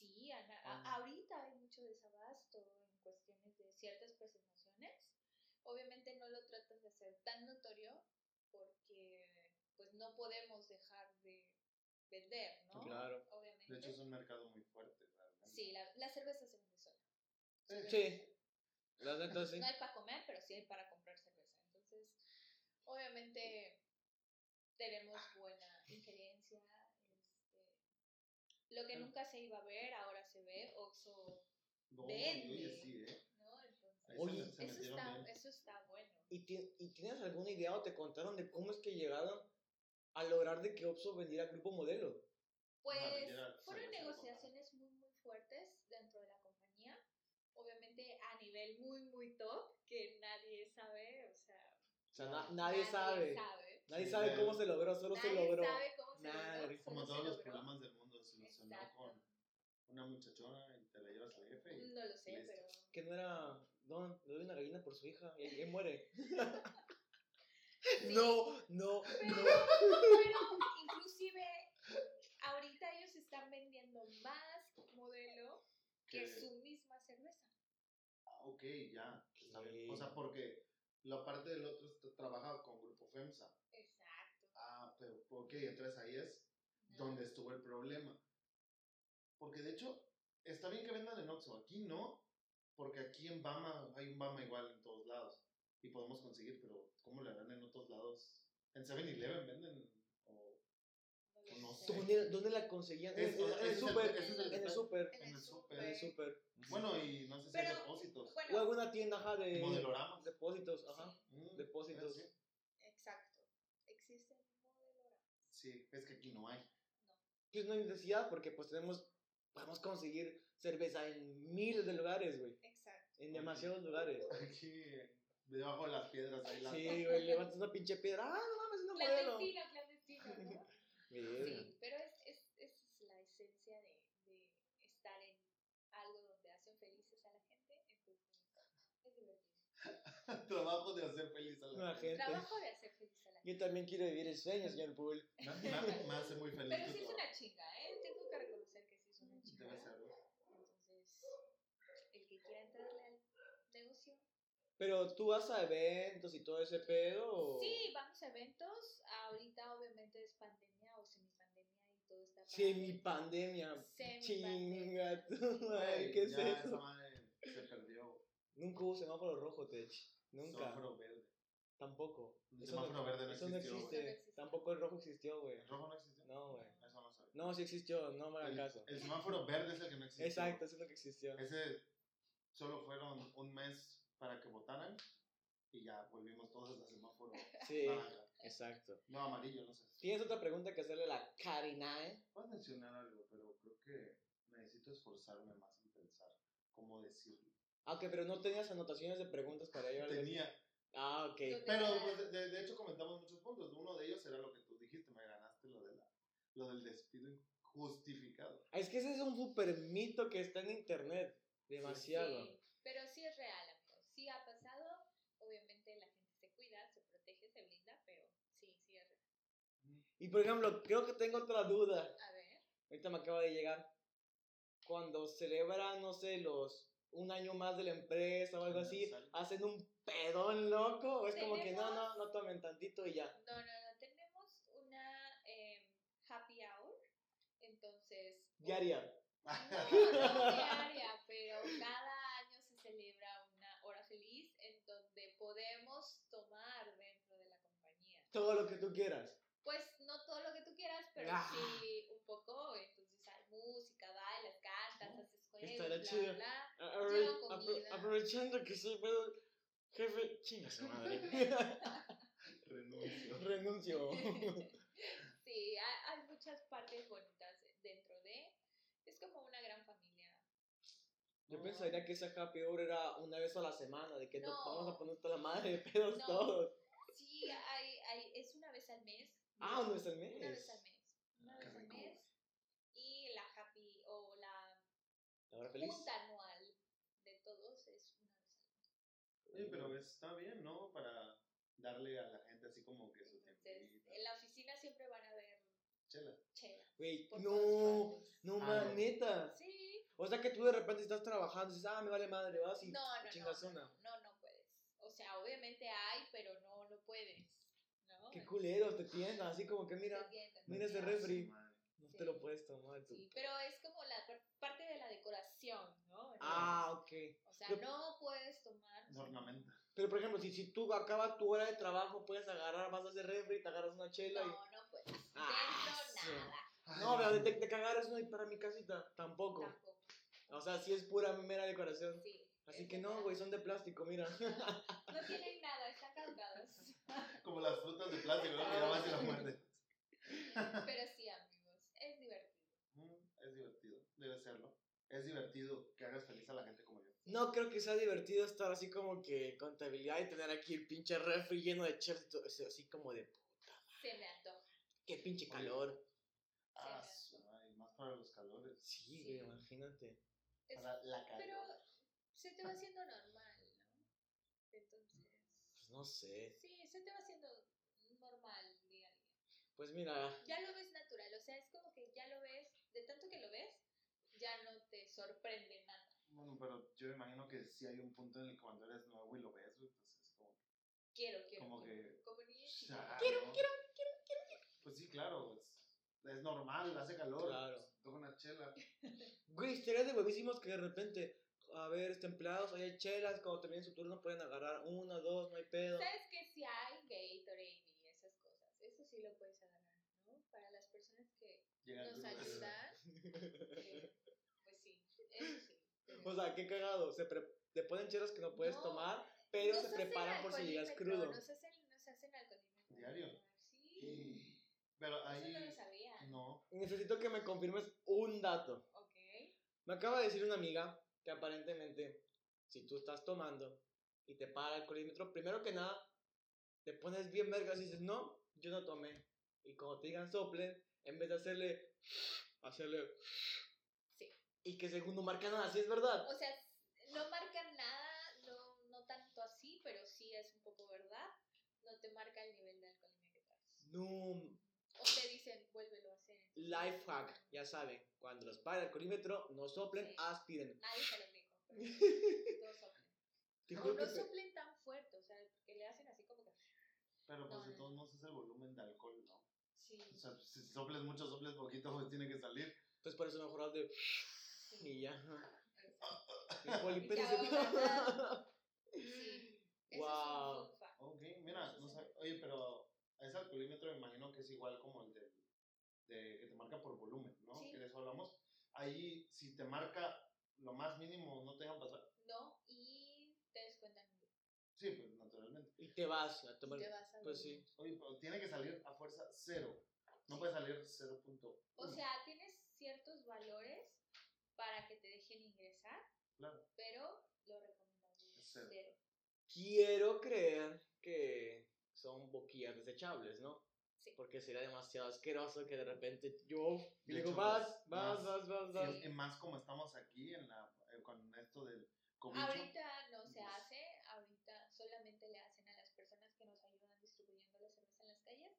Sí, Ana, a-
Ah.
ahorita hay mucho desabasto en cuestiones de ciertas presentaciones. Obviamente no lo tratan de hacer tan notorio porque pues no podemos dejar de vender, ¿no?
Claro.
Obviamente.
De hecho, es un mercado muy fuerte. realmente.
sí, la, la cerveza se vende sola.
Eh,
Sí. La neta sí.
No hay para comer, pero sí hay para comprar cerveza. Entonces, obviamente tenemos
Ah.
buena injerencia. este, lo que
Claro.
nunca se iba a ver, ahora se ve. Oxxo,
No,
Vende.
oye, sí, ¿eh?
¿no? Entonces,
Ahí
Oye,
se, me- se
Eso
metieron
está,
bien.
eso está bueno.
¿Y, ti- y tienes alguna idea o te contaron de cómo es que llegaron a lograr de que Oxxo vendiera Grupo Modelo?
Pues
ya se
fueron
me- se me
negociaciones muy, muy fuertes dentro de la compañía. Obviamente a nivel muy, muy top, que nadie sabe, o sea,
O sea, na- nadie, sabe.
sabe.
Nadie
Sí,
sabe
nadie.
cómo se logró, solo
Nadie
se logró.
sabe cómo se
Nadie.
logró, solo
Como
se
todos los
logró.
problemas del mundo, se solucionó
Exacto.
con una muchachona y te la llevas al jefe. Y...
No lo sé,
Listo.
pero
Que no era Don, le doy una gallina por su hija y ahí muere. No, no,
Pero,
no.
pero inclusive ahorita ellos están vendiendo más modelo Mm, que
Que-
su misma cerveza.
Ah, ok, ya. Está bien.
Sí.
O sea, porque la parte del otro está- trabaja con Grupo FEMSA.
Exacto.
Ah, pero ok, entonces ahí es donde estuvo el problema. Porque de hecho, está bien que vendan en Oxxo, aquí no, porque aquí en Bama hay un Bama igual en todos lados y podemos conseguir, pero ¿cómo le harán en otros lados? En 7-Eleven venden o
lo
no
sé.
sé.
¿Dónde, dónde la conseguían? En,
Es-
en- en
ese
el
es el-
súper.
ese es el
En el
detalle.
súper.
En
En
el
el
En
súper.
el súper.
Bueno, y no sé si hay
Pero-
depósitos.
O
Bueno,
alguna tienda ajá, de
Modeloramas.
depósitos, ajá.
sí,
Mm,
Depósitos.
Sí,
exacto. Existen modelogramas.
sí, es que aquí no hay.
Pues no hay necesidad porque pues tenemos, podemos conseguir cerveza en miles de lugares, güey.
Exacto.
En demasiados lugares.
Aquí, debajo de las piedras, ahí las-
Sí, güey, levantas una pinche piedra. Ah, no mames, es una modelo.
Clandestino, clandestino, ¿no?
Verga.
Sí, pero es, es, es la esencia de, de estar en algo donde hacen felices a la gente. Entonces, es divertido.
trabajo de hacer feliz a la
La
gente.
gente.
Trabajo de hacer feliz a la gente.
Yo también quiero vivir el sueño, señor Pool.
Ma- ma- Me hace muy feliz.
Pero
tu
sí es
trabajo.
una chinga, ¿eh? Tengo que reconocer que sí es una chinga.
Debe serlo.
Entonces, el que quiera entrarle al negocio.
Pero tú vas a eventos y todo ese pedo. o-
Sí, vamos a eventos. Ahorita, obviamente, es pandemia o semipandemia y todo está.
Sí, mi pandemia. Chinga
Semipandemia.
tu madre, ¿qué es
Ya, esa
eso?
madre se perdió.
Nunca hubo semáforo rojo, Tech. Nunca.
Semáforo verde.
Tampoco.
Un
Eso
semáforo verde no
eso
existió,
existe.
güey.
Tampoco el rojo existió, güey.
¿El rojo no existió?
No, güey.
Eso no sabía.
No, sí existió, no me hagan caso.
El, el semáforo verde es el que no existió.
Exacto, eso es lo que existió.
Ese solo fueron un mes para que votaran y ya volvimos todos a semáforo
Sí,
naranja.
exacto.
No, amarillo, no sé.
¿Tienes otra pregunta que hacerle a la ¿eh? Karinae?
Puedes mencionar algo, pero creo que necesito esforzarme más en pensar cómo decirlo.
Ah, ok, pero no tenías anotaciones de preguntas para ello. algo así.
Tenía,
Ah, ok.
pero pues, de, de hecho comentamos muchos puntos. Uno de ellos era lo que tú dijiste, me ganaste lo, de la, lo del despido injustificado.
Ah, Es que ese es un super mito que está en internet. Demasiado.
Sí, pero sí es real, amigos. Sí ha pasado. Obviamente, la gente se cuida, se protege, se blinda, pero sí, sí es real.
Y por ejemplo, creo que tengo otra duda.
A ver.
Ahorita me acaba de llegar. Cuando celebran, no sé, los un año más de la empresa o algo así,
Aniversario.
hacen un pedón loco. O es como que no,
Tenemos-
no, no tomen tantito y ya.
No, no, no, tenemos una em, happy hour, entonces...
Diaria.
No, no diaria, pero cada año se celebra una hora feliz en donde podemos tomar dentro de la compañía.
Todo lo que tú quieras.
Pues no todo lo que tú quieras, pero
Ah.
sí un poco, entonces hay música, bailas, cantas, haces juegos,
Estará
bla,
Oh, chido.
bla.
A- aprove-
Lleva
apro-
comida.
aprovechando que soy pedo, jefe, chinga su madre.
Renuncio.
Renuncio.
sí, hay, hay muchas partes bonitas dentro de... Es como una gran familia.
Yo pensaría que esa happy hour era una vez a la semana, de que nos
No.
vamos a poner toda la madre de pedos
No.
todos.
Sí, hay, hay, es una vez al mes.
Ah, una vez al mes. Ah,
Una vez al mes. Una
Qué
vez al
rico.
mes. Y la happy o la
La hora feliz.
junta anual de todos es una vez al mes.
Oye, pero está bien, ¿no? Para darle a la gente así como que su
Entonces,
tiempito.
en la oficina siempre van a ver
Chela.
chela.
Güey,
por
no,
todas partes.
no,
Ah,
man,
no.
neta.
Sí.
O sea que tú de repente estás trabajando y dices, ah, me vale madre, vas y
No, no,
chingas
no, no,
una.
no, no puedes. O sea, obviamente hay, pero no lo puedes. ¿No?
Qué culeros te tiendas, así como que mira,
Te tientan,
mira
te
ese
tientan.
refri.
Madre.
no te lo puedes tomar tú.
Sí, pero es como la par- parte de la decoración, ¿no?
Ah, ok.
o sea,
yo-
no puedes tomar.
No ornamenta.
Pero por ejemplo, si, si tú acabas tu hora de trabajo, puedes agarrar, vas a hacer refri, te agarras una chela
No,
y.
no puedes.
Ah, sí.
Dentro nada.
No, pero de, de, de que agarras una y para mi casita, tampoco.
Tampoco.
O sea, sí es pura mera decoración.
Sí.
Así
es
que no,
verdad.
güey, son de plástico, mira.
No tienen nada, están cargados.
Como las frutas de plástico, ¿no? Que nada más se las muerde.
Pero sí, amigos, es divertido.
Mm, Es divertido, debe serlo. Es divertido que hagas feliz a la gente como yo.
No creo que sea divertido estar así como que contabilidad y tener aquí el pinche refri lleno de chefs y todo eso, así como de
Se me antoja.
qué pinche
Oye.
calor.
Ah, su madre, más para los calores.
Sí,
Sí.
güey, imagínate.
Es-
Para la calor.
pero se te va haciendo normal, ¿no? Entonces.
Pues no sé.
Sí, se te va haciendo normal día a día.
Pues mira,
Ya lo ves natural, o sea, es como que ya lo ves, de tanto que lo ves, ya no te sorprende nada.
Bueno, pero yo me imagino que si hay un punto en el que cuando eres nuevo y lo ves, güey, pues es como,
Quiero, quiero.
como
quiero.
que.
Como niña chiquita.
ya, ¿no? Pues sí, claro, pues, es normal, hace calor. Pues,
Claro.
Toca una chela.
güey, estaría de huevísimos que de repente, a ver, este empleados, ahí hay chelas, cuando terminen su turno pueden agarrar una, dos, no hay pedo.
¿Sabes que si hay Gatorade y esas cosas? Eso sí lo puedes agarrar, ¿no? Para las personas que
Llega
nos
el grupo.
ayudan, eh, pues sí, eso sí.
O sea, qué cagado, se pre- te ponen chelas que no puedes
No,
tomar, pero
Nos
se
hacen
preparan por si llegas
alcoholímetro,
crudo.
Nos hacen, nos hacen alcoholímetro.
Diario.
Sí.
Pero
Eso no lo
ahí.
sabía.
No.
Necesito que me confirmes un dato.
Ok.
Me acaba de decir una amiga que aparentemente, si tú estás tomando y te para el colímetro, primero que nada, te pones bien vergas y dices, no, yo no tomé. Y cuando te digan soplen, en vez de hacerle, hacerle...
Sí.
Y que segundo marca nada, sí es verdad.
O sea, no marcan nada, no, no tanto así, pero sí es un no te marca el nivel de alcoholemia que traes.
No,
O te dicen, vuélvelo a hacer.
life hack, ya saben, cuando los paren al colímetro, no soplen,
Sí.
aspiren.
Nadie se lo dijo. pero todos soplan.
Te
O
juro
no
que te-
soplen tan fuerte, o sea, que le hacen así como que.
Pero pues
No,
de
no.
todos modos es el volumen de alcohol, ¿no?
Sí.
O sea, si soples mucho, soples poquito, pues tiene que salir.
Pues por eso mejor haz de... Y ya. El
Y
colímetro
ya
se-
va a aguantar. Sí. Eso es
Wow.
un fun fact.
Ok, mira, no sé. Oye, pero ese alcoholímetro me imagino que es igual como el de, de- que te marca por volumen, ¿no?
Sí.
Que de eso hablamos. Ahí, si te marca lo más mínimo, no te dejan pasar.
No, y te descuentan.
Sí, pues naturalmente.
Y te vas a tomar...
Y te vas a
Pues
dormir.
sí.
Oye, pero tiene que salir a fuerza cero. No puede salir 0.1.
O sea, tienes ciertos valores para que te dejen ingresar,
Claro.
pero lo recomendable es
Es cero.
cero.
Quiero creer que son boquillas desechables, ¿no?
Sí.
Porque sería demasiado asqueroso que de repente yo y
De
le digo,
hecho,
vas, vas, vas,
más-
vas, vas.
Y, y más como estamos aquí en la, eh, con esto del COVID.
Ahorita no se
Yes.
hace, ahorita solamente le hacen a las personas que nos ayudan distribuyendo la cerveza en las calles,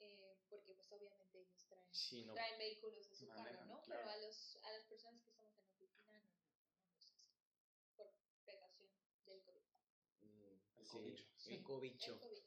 eh, porque pues obviamente ellos traen,
Sí, no.
traen vehículos a su cargo,
Manejan,
¿no?
claro.
Pero a, los, a las personas que estamos en la oficina no, no los hacen, por precaución del COVID.
Mm,
El
sí,
cobicho.
El
Sí.
cobicho.
El COVID.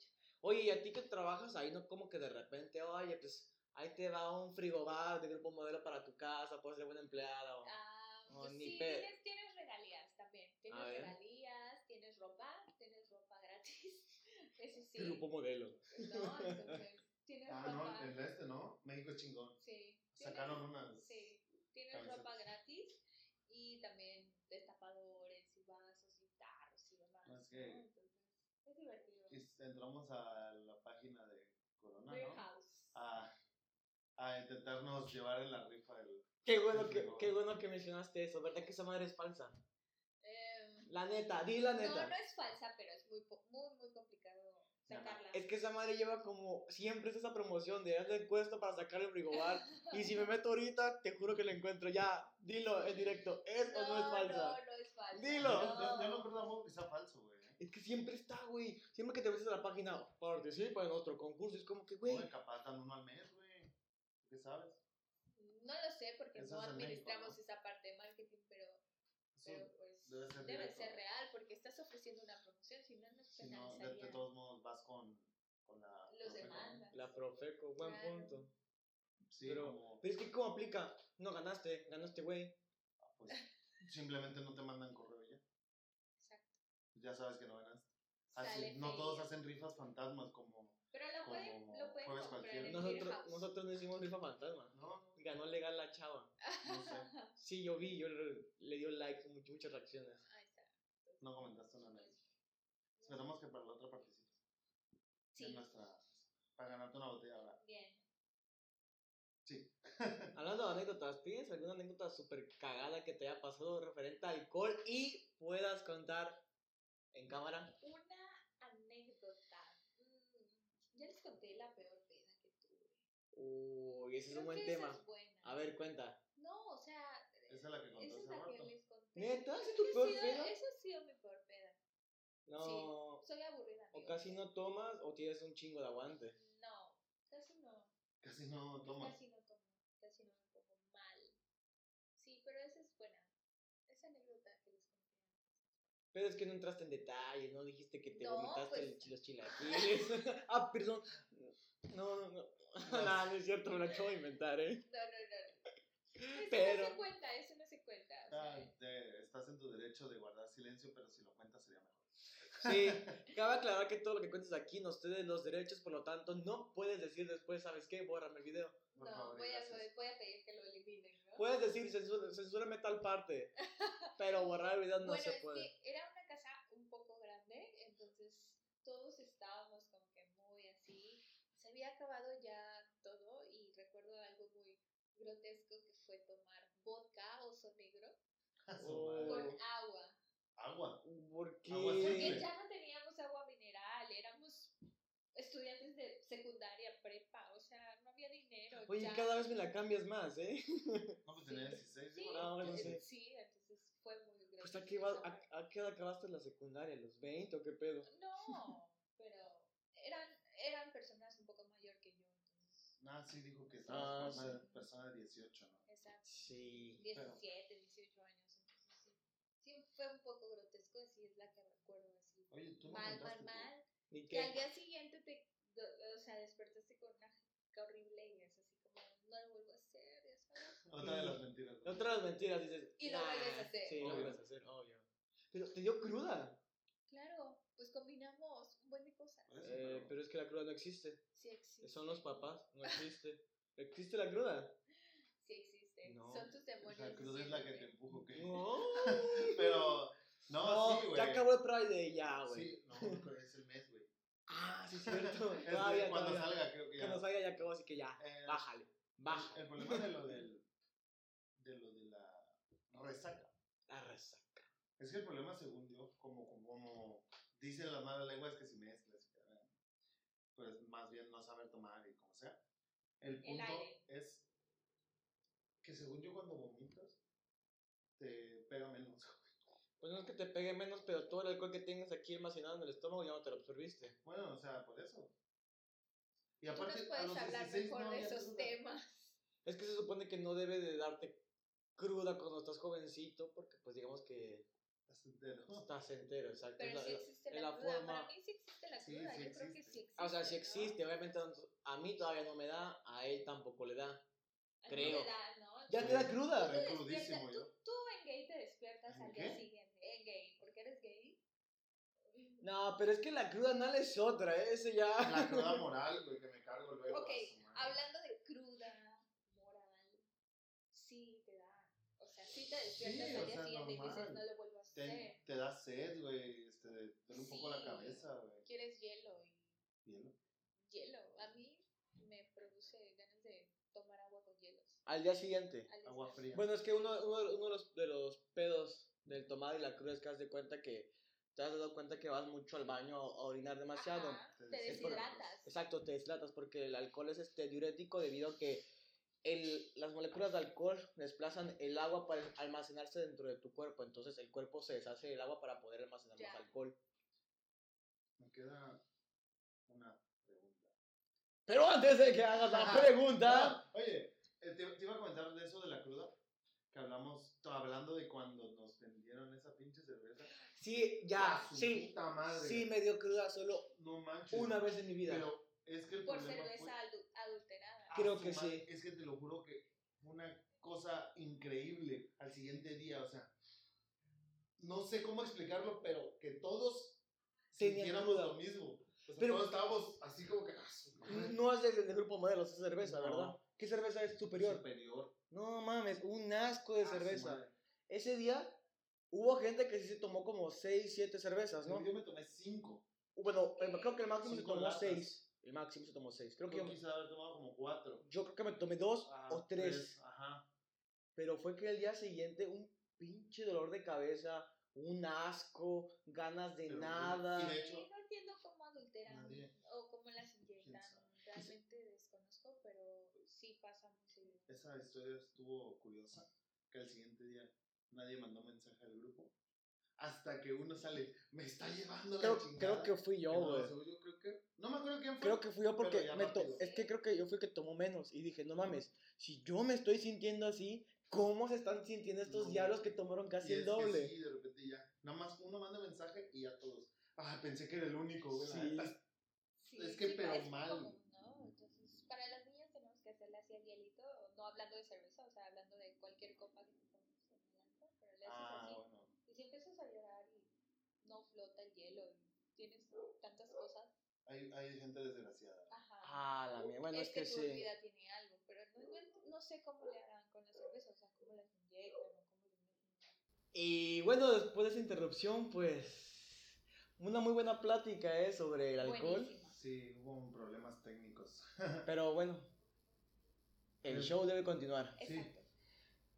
Oye, y a ti que trabajas ahí, ¿no? Como que de repente, oye, pues ahí te va un frigobar de grupo modelo para tu casa, puedes ser buena empleada o...
Ah,
No,
pues
ni
sí,
pe-
tienes, tienes regalías también. Tienes
ver.
regalías, tienes ropa, tienes ropa gratis. Eso sí.
Grupo modelo.
No, entonces, tienes
Ah,
ropa.
no, el de este, ¿no? México es chingón.
Sí. tienes-
Sacaron unas.
Sí, tienes
camisetas.
ropa gratis y también destapadores y vasos y tarros y demás.
Ok.
¿no? Entonces, es divertido.
Es- Entramos a la página de Corona,
Beer
¿no? Ah.
House.
A, a intentarnos llevar en la rifa el.
Qué bueno,
El
que,
frigobar.
qué bueno que mencionaste eso, ¿verdad que esa madre es falsa?
Em,
La neta, di la
no,
neta.
no es falsa, pero es muy, po- muy, muy complicado sacarla.
Es que esa madre lleva como, siempre es esa promoción de hazle encuesta para sacar el frigobar. Y si me meto ahorita, te juro que lo encuentro ya. Dilo en directo, ¿es o no es falsa?
No, no es falsa.
Dilo.
Yo,
No.
yo- yo no creo tampoco que sea falso, güey. ¿eh?
Es que siempre está, güey. Siempre que te metes a la página, participa en nuestro concurso. Es como que, güey,
Oye, capaz dan uno al mes, güey. ¿Qué sabes?
No lo sé porque
Eso
no
es en México,
administramos
¿no?
esa parte de marketing, pero,
Eso
pero pues
debe ser
debe
directo,
ser
¿no?
real porque estás ofreciendo una promoción, si no, pues, no
si no, de, de
penalizaría
todos modos vas con, con la.
los
Profeco, ¿no?
demandas.
la Profeco, buen
Claro.
punto.
Sí,
Pero-
como.
Pero es que, ¿cómo aplica? No ganaste, ganaste, güey.
Pues, simplemente no te mandan correo ya.
Exacto.
Ya sabes que no ganas.
Sale
Así, Ah, no todos
feliz.
hacen rifas fantasmas como.
Pero lo pueden,
como
lo pueden
jueves
comprar
cualquiera.
en
Nosotros,
Beer House.
nosotros no hicimos rifa fantasma.
No,
Ganó legal la chava.
no sé.
Sí, yo vi, yo le, le dio like, muchas, muchas reacciones.
Ahí está.
No comentaste nada.
Pues,
Esperamos que para la otra participes. En
Sí,
nuestra. Para ganarte una botella ahora.
bien.
Hablando de anécdotas, ¿tienes alguna anécdota súper cagada que te haya pasado referente a alcohol y puedas contar en cámara?
Una anécdota. Mm, ya les conté la peor pena que tuve.
Uy, ese es
Creo
un buen
que esa
tema.
es buena.
A ver, cuenta.
No, o sea,
Esa es la que
esa es
contaste
la que
Roberto.
les conté.
¿Neta? ¿Esa es
Es
tu
que ha
peor
sido-
peda?
Esa ha sido mi peor peda.
No.
Soy aburrida.
O
amigos.
casi no tomas o tienes un chingo de aguante.
No, casi no.
Casi no tomas.
Casi no tomo, casi no me pongo mal. Sí, pero esa es buena. Esa anécdota que les conté.
Pero es que no entraste en detalles, no dijiste que te
No,
vomitaste
pues.
el- los chilaquiles. ah, perdón. No, no, no. Nah, no es cierto, me lo acabo de inventar, ¿eh?
No, no, no. no. Eso
Pero-
no se cuenta, eso no se cuenta. o sea,
Ah, te- estás en tu derecho de guardar silencio, pero si lo cuentas sería mejor.
Sí, cabe aclarar que todo lo que cuentes aquí nos cede los derechos, por lo tanto, no puedes decir después, ¿sabes qué? Bórrame el video.
Por
no,
favor, y
voy, a,
gracias.
voy a pedir que lo eliminen, ¿no?
Puedes decir, censura, censúrame tal parte, pero borrar el video no
bueno,
se
es
puede.
que era una casa un poco grande, entonces todos estábamos como que muy así. Se había acabado ya todo y recuerdo algo muy grotesco que fue tomar vodka oso negro
A su
Oh.
madre.
con agua.
Agua.
¿Por qué?
Agua
Porque
simple.
ya no teníamos agua mineral, éramos estudiantes de secundaria, prepa, o sea, no había dinero.
Oye,
ya.
cada vez me la cambias más, ¿eh?
No, pues tenía 16.
Sí,
digo,
no, no
entonces-
sé.
sí, entonces fue muy grave.
Pues, ¿a qué, va- a- a qué edad acabaste la secundaria? ¿A los 20 o qué pedo?
No, pero eran eran personas un poco mayor que yo, entonces,
Ah, sí, dijo que
Ah,
estabas con una
sí.
persona de 18, ¿no?
esa,
Sí.
17, 18 años, entonces sí, sí fue un poco grotesco, así es la que recuerdo así.
Oye, tú me
Mal, mal,
contaste,
mal.
¿Y
Y al
qué?
día siguiente te, do- o sea, despertaste con una jica horrible y es así como, no lo vuelvo a hacer, ya sabes.
Otra de las mentiras. ¿no?
Otras mentiras dices.
Y lo
"Nah".
vuelves a hacer.
Sí, lo
Obvio.
vuelves a hacer, obvio. Pero te dio cruda.
Claro, pues combinamos un buen de cosas.
Por eso,
Eh,
pero-
pero es que la cruda no existe.
Sí existe.
Son los papás, no existe. ¿Existe la cruda?
Sí existe.
No.
Son tus demonios.
La cruz es la que te
diciéndote,
empujo, ¿qué?
No.
Pero, no, sí, güey.
ya acabó el Pride ya, güey.
Sí, no, pero es el mes, güey.
Ah, sí, es cierto.
Es
todavía,
cuando
todavía.
salga, creo que ya.
Cuando salga ya acabó, así que ya.
Eh,
Bájale,
El
bájale.
problema de lo del. de lo de la resaca.
La resaca.
Es que el problema, según yo, como, como dicen las malas lenguas, que si mezclas, que, eh, pues más bien no saber tomar y como sea. El punto
aire.
es que, según yo, cuando vomitas, te pega menos.
Pues no es que te pegue menos, pero todo el alcohol que tengas aquí almacenado en el estómago ya no te lo absorbiste.
Bueno, o sea, por eso. Y
Tú nos
aparte, a
puedes
los
hablar
16
mejor
no
de
había
esos
cruda.
temas.
Es que se supone que no debe de darte cruda cuando estás jovencito, porque pues digamos que
Estás entero.
estás entero, exacto. Es
Pero
la-
sí
la-
existe
es
la,
la
cruda.
forma-
Para mí sí existe la
Sí,
cruda.
sí
Yo creo que
existe.
sí existe.
Ah, o sea, sí
¿no?
existe, obviamente a mí todavía no me da, a él tampoco le da.
A ti
creo.
te da, ¿no?
Ya te da
Tú
cruda.
te
Estoy crudísimo
despiertas-
yo.
Tú, tú en gay te despiertas
¿En
al día
qué?
siguiente. En gay, porque eres gay.
No, pero es que la cruda anal es otra, ¿eh? ese ya.
La cruda moral, güey, que me cargo luego.
Ok,
a su madre.
hablando de cruda, moral, sí te da. O sea, sí te despiertas
Sí, o
al día
sea,
siguiente y dices,
normal.
no lo vuelvo a hacer.
Te, te da sed, güey. Este, te duele un poco la
Sí.
cabeza, güey.
Quieres hielo
Hielo.
y hielo. A mí me produce ganas de tomar agua con hielos.
Al día siguiente.
Al día
Agua
siguiente.
fría.
Bueno, es que uno, uno- uno de, los, de los pedos del tomado y la cruda es que has de cuenta que te has dado cuenta que vas mucho al baño a orinar demasiado.
Ajá,
Te
te
deshidratas.
deshidratas.
Exacto, te deslatas porque el alcohol es este diurético debido a que el- las moléculas de alcohol desplazan el agua para almacenarse dentro de tu cuerpo. Entonces el cuerpo se deshace del agua para poder almacenar
Ya.
más alcohol.
Me queda una pregunta.
Pero antes de que hagas la pregunta,
Ah, Oye, eh, te, te iba a comentar de eso de la cruda. Que hablamos, to- hablando de cuando nos vendieron esa pinche cerveza.
sí,
Ah,
ya,
su
sí,
Puta madre.
sí me dio cruda solo
No manches.
una vez en mi vida.
Pero es que el
Por
problema
cerveza
fue-
adu- adulterada.
Ah,
Creo
su
que
madre,
sí.
Es que te lo juro que fue una cosa increíble al siguiente día, o sea, no sé cómo explicarlo, pero que todos
Tenían
sintiéramos
cruda.
lo mismo. O sea,
Pero-
pues, todos estábamos así como que, ah, su madre,
No es del del grupo modelo, es cerveza,
No.
¿verdad? ¿Qué cerveza es superior?
superior,
No mames, un asco de
ah, su
cerveza.
madre.
Ese día hubo gente que sí se tomó como 6, 7 cervezas, ¿no?
Yo me tomé cinco.
Bueno, eh, creo que el máximo se
Cinco
tomó
latas.
6. El máximo se tomó 6. Creo que
Yo
yo,
quise haber tomado como cuatro.
yo creo que me tomé 2
Ah,
o 3.
Ajá.
Pero fue que el día siguiente un pinche dolor de cabeza, un asco, ganas de
Pero,
nada.
y de-
Sí,
hecho,
no entiendo cómo adulteran
nadie-
o cómo las inyectan.
sabe.
Realmente desconozco, pero sí pasa muy seguido.
Esa historia estuvo curiosa, que al siguiente día nadie mandó mensaje al grupo. Hasta que uno sale, me está llevando la
Creo,
chingada.
creo que fui yo,
Que no,
güey.
según yo creo que- No me acuerdo quién fue.
Creo que fui yo porque
Pero ya
me
no
to-
pido.
es que creo que yo fui el que tomó menos y dije, no mames, si yo me estoy sintiendo así, ¿cómo se están sintiendo estos
No.
diablos que tomaron
Y
casi
es
el
que
doble?
sí, de repente ya. Nada más uno manda mensaje y ya todos. Ah, pensé que era el único, güey. la
Sí.
neta".
Sí,
Es que
sí,
pero
es muy
mal.
común, ¿no? Entonces, para las niñas tenemos que hacerle así al hielito, no hablando de cerveza, o sea, hablando de cualquier copa que te pongas en el agua, pero le haces
Ah,
así.
bueno.
Y si empiezas a llorar y no flota el hielo y tienes tantas cosas,
Hay, hay gente desgraciada.
ajá.
Ah, la mía, bueno, es, que,
tu
sí.
vida tiene algo, pero no, no- no sé cómo le harán con la cerveza, o sea, cómo las inyectan o cómo le meten.
Y bueno, después de esa interrupción, pues una muy buena plática ¿eh? sobre el alcohol.
Buenísima.
Sí, hubo un- problemas técnicos.
Pero bueno, el
Sí.
show debe continuar.
Sí.
Exacto.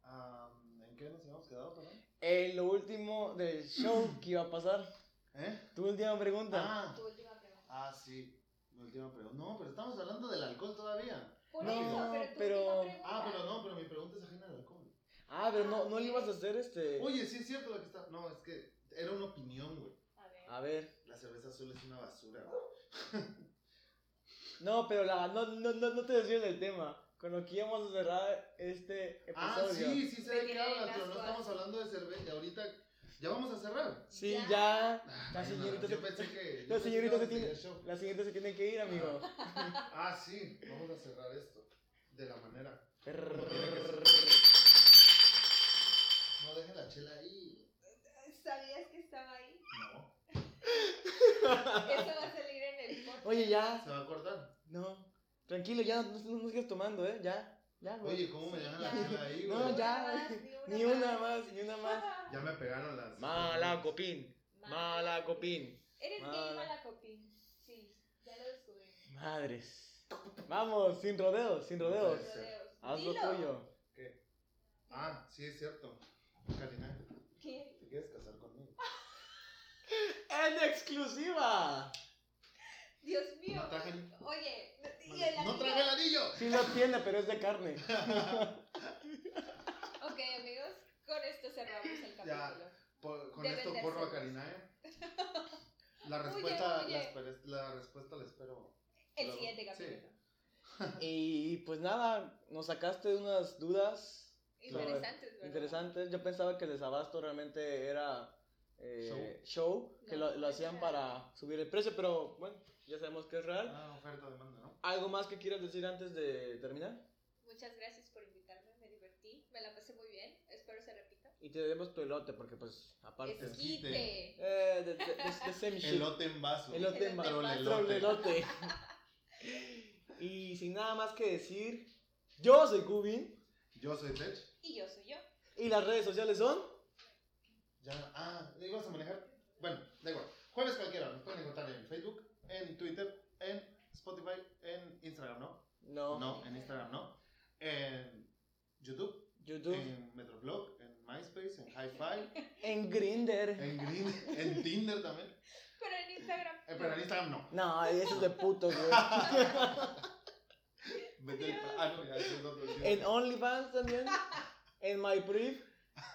Am, ¿En qué nos habíamos quedado, perdón?
Eh, lo último del show que iba a pasar,
¿Eh?
tu última pregunta.
Ah,
Tu última pregunta.
ah, sí. La última pregunta. No, pero estamos hablando del alcohol todavía.
Por
No,
eso, pero tu
pero-
última pregunta.
Ah, pero no, pero mi pregunta es ajena al alcohol.
Ah, pero no, no
Ah,
le ibas a hacer este...
Oye, sí es cierto lo que está. No, es que era una opinión, güey.
Ah,
A ver.
A ver,
La cerveza azul es una basura, güey.
No, pero la, no, no, no, no te desvíes del tema. Con lo que íbamos a cerrar este episodio.
Ah, sí, sí sé de qué
Pequeña
hablas, pero no
Pascua.
estamos hablando de cerveza. Ahorita ya vamos a cerrar.
Sí,
Ya.
ya. La
Ay,
señorita
no,
se-
yo pensé que.
la
yo pensé
señorita
que
se
íbamos a
tiene-
seguir el show.
La siguiente se tiene que ir, amigo.
Ah, sí, vamos a cerrar esto. De la manera. No dejen la chela ahí.
¿Sabías que estaba ahí?
No.
Eso va a salir en el podcast.
Oye, ya.
Se va a cortar.
No. Tranquilo, ya. No, no, no sigas tomando, ¿eh? Ya. Ya, güey.
Oye, ¿cómo me dejan la
ya.
chela ahí,
No,
güey?
ya.
Ni
ni una
una
más, ni una más.
Ya me pegaron las.
copín. copín.
Eres
Mala.
gay, malacopín. Sí, ya lo descubrí.
Madres. Vamos, sin rodeos, sin rodeos.
Puede ser.
Rodeos.
Haz lo
Dilo.
tuyo.
¿Qué? Ah, sí, es cierto. Karina,
¿Qué?
¿te quieres casar conmigo?
¡En exclusiva!
Dios mío.
No traje el-
Oye, y el
¡No
anillo.
traje el anillo!
Sí lo tiene, pero es de carne.
Ok, amigos, con esto cerramos el
Ya.
capítulo.
Por- con
Deben
esto
de
borro a
ser.
Karina, ¿eh? La respuesta,
oye.
La, espere- la respuesta la espero.
El
Luego.
siguiente
Sí.
capítulo.
Y pues nada, nos sacaste de unas dudas Claro.
Interesante, ¿verdad?
interesantes. Yo pensaba que el desabasto realmente era eh, show, que
No,
lo, lo hacían
es real.
para subir el precio, pero bueno, ya sabemos que es real.
Ah, oferta, demanda, ¿no?
¿Algo más que quieras decir antes de terminar?
Muchas gracias por invitarme, me divertí, me la pasé muy bien, espero se repita.
Y te debemos tu elote, porque pues, aparte...
Es-
Esquite.
Eh, de, de, de, de same shit.
Elote en vaso.
Elote en vaso.
Trolelote.
Trolelote. y sin nada más que decir, yo soy Cubin
Yo soy Tech.
Y yo soy yo.
y las redes sociales son...
Ya, ah, ibas a manejar. Bueno, da igual. Jueves cualquiera, nos pueden encontrar en Facebook, en Twitter, en Spotify, en Instagram, ¿no?
No,
No, en Instagram, ¿no. En YouTube,
YouTube,
en Metroblog, en MySpace, en Hi-Fi,
en Grinder.
en Green, en Tinder también.
Pero en Instagram.
Eh, pero en Instagram no.
No, eso es de puto, güey.
Vete al pa- Ah, no, ya, eso es otro.
En OnlyFans también. En MyBrief.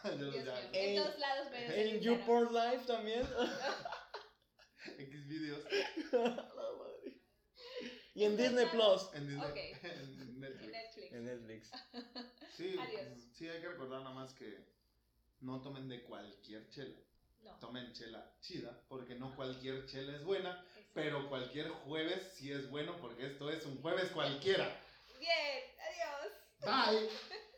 Yo los
Dios mío,
ya.
en
En-
todos lados menos en
En
Instagram.
YouPorn Live también.
X videos.
La madre. y en Disney Plus.
En Disney.
Ok.
En
Y
Netflix.
Netflix.
En Netflix.
Sí,
Adiós.
sí, hay que recordar nada más que no tomen de cualquier chela.
No.
Tomen chela chida, porque no cualquier chela es buena,
exacto.
pero cualquier jueves sí es bueno, porque esto es un jueves cualquiera.
Bien, adiós.
Bye.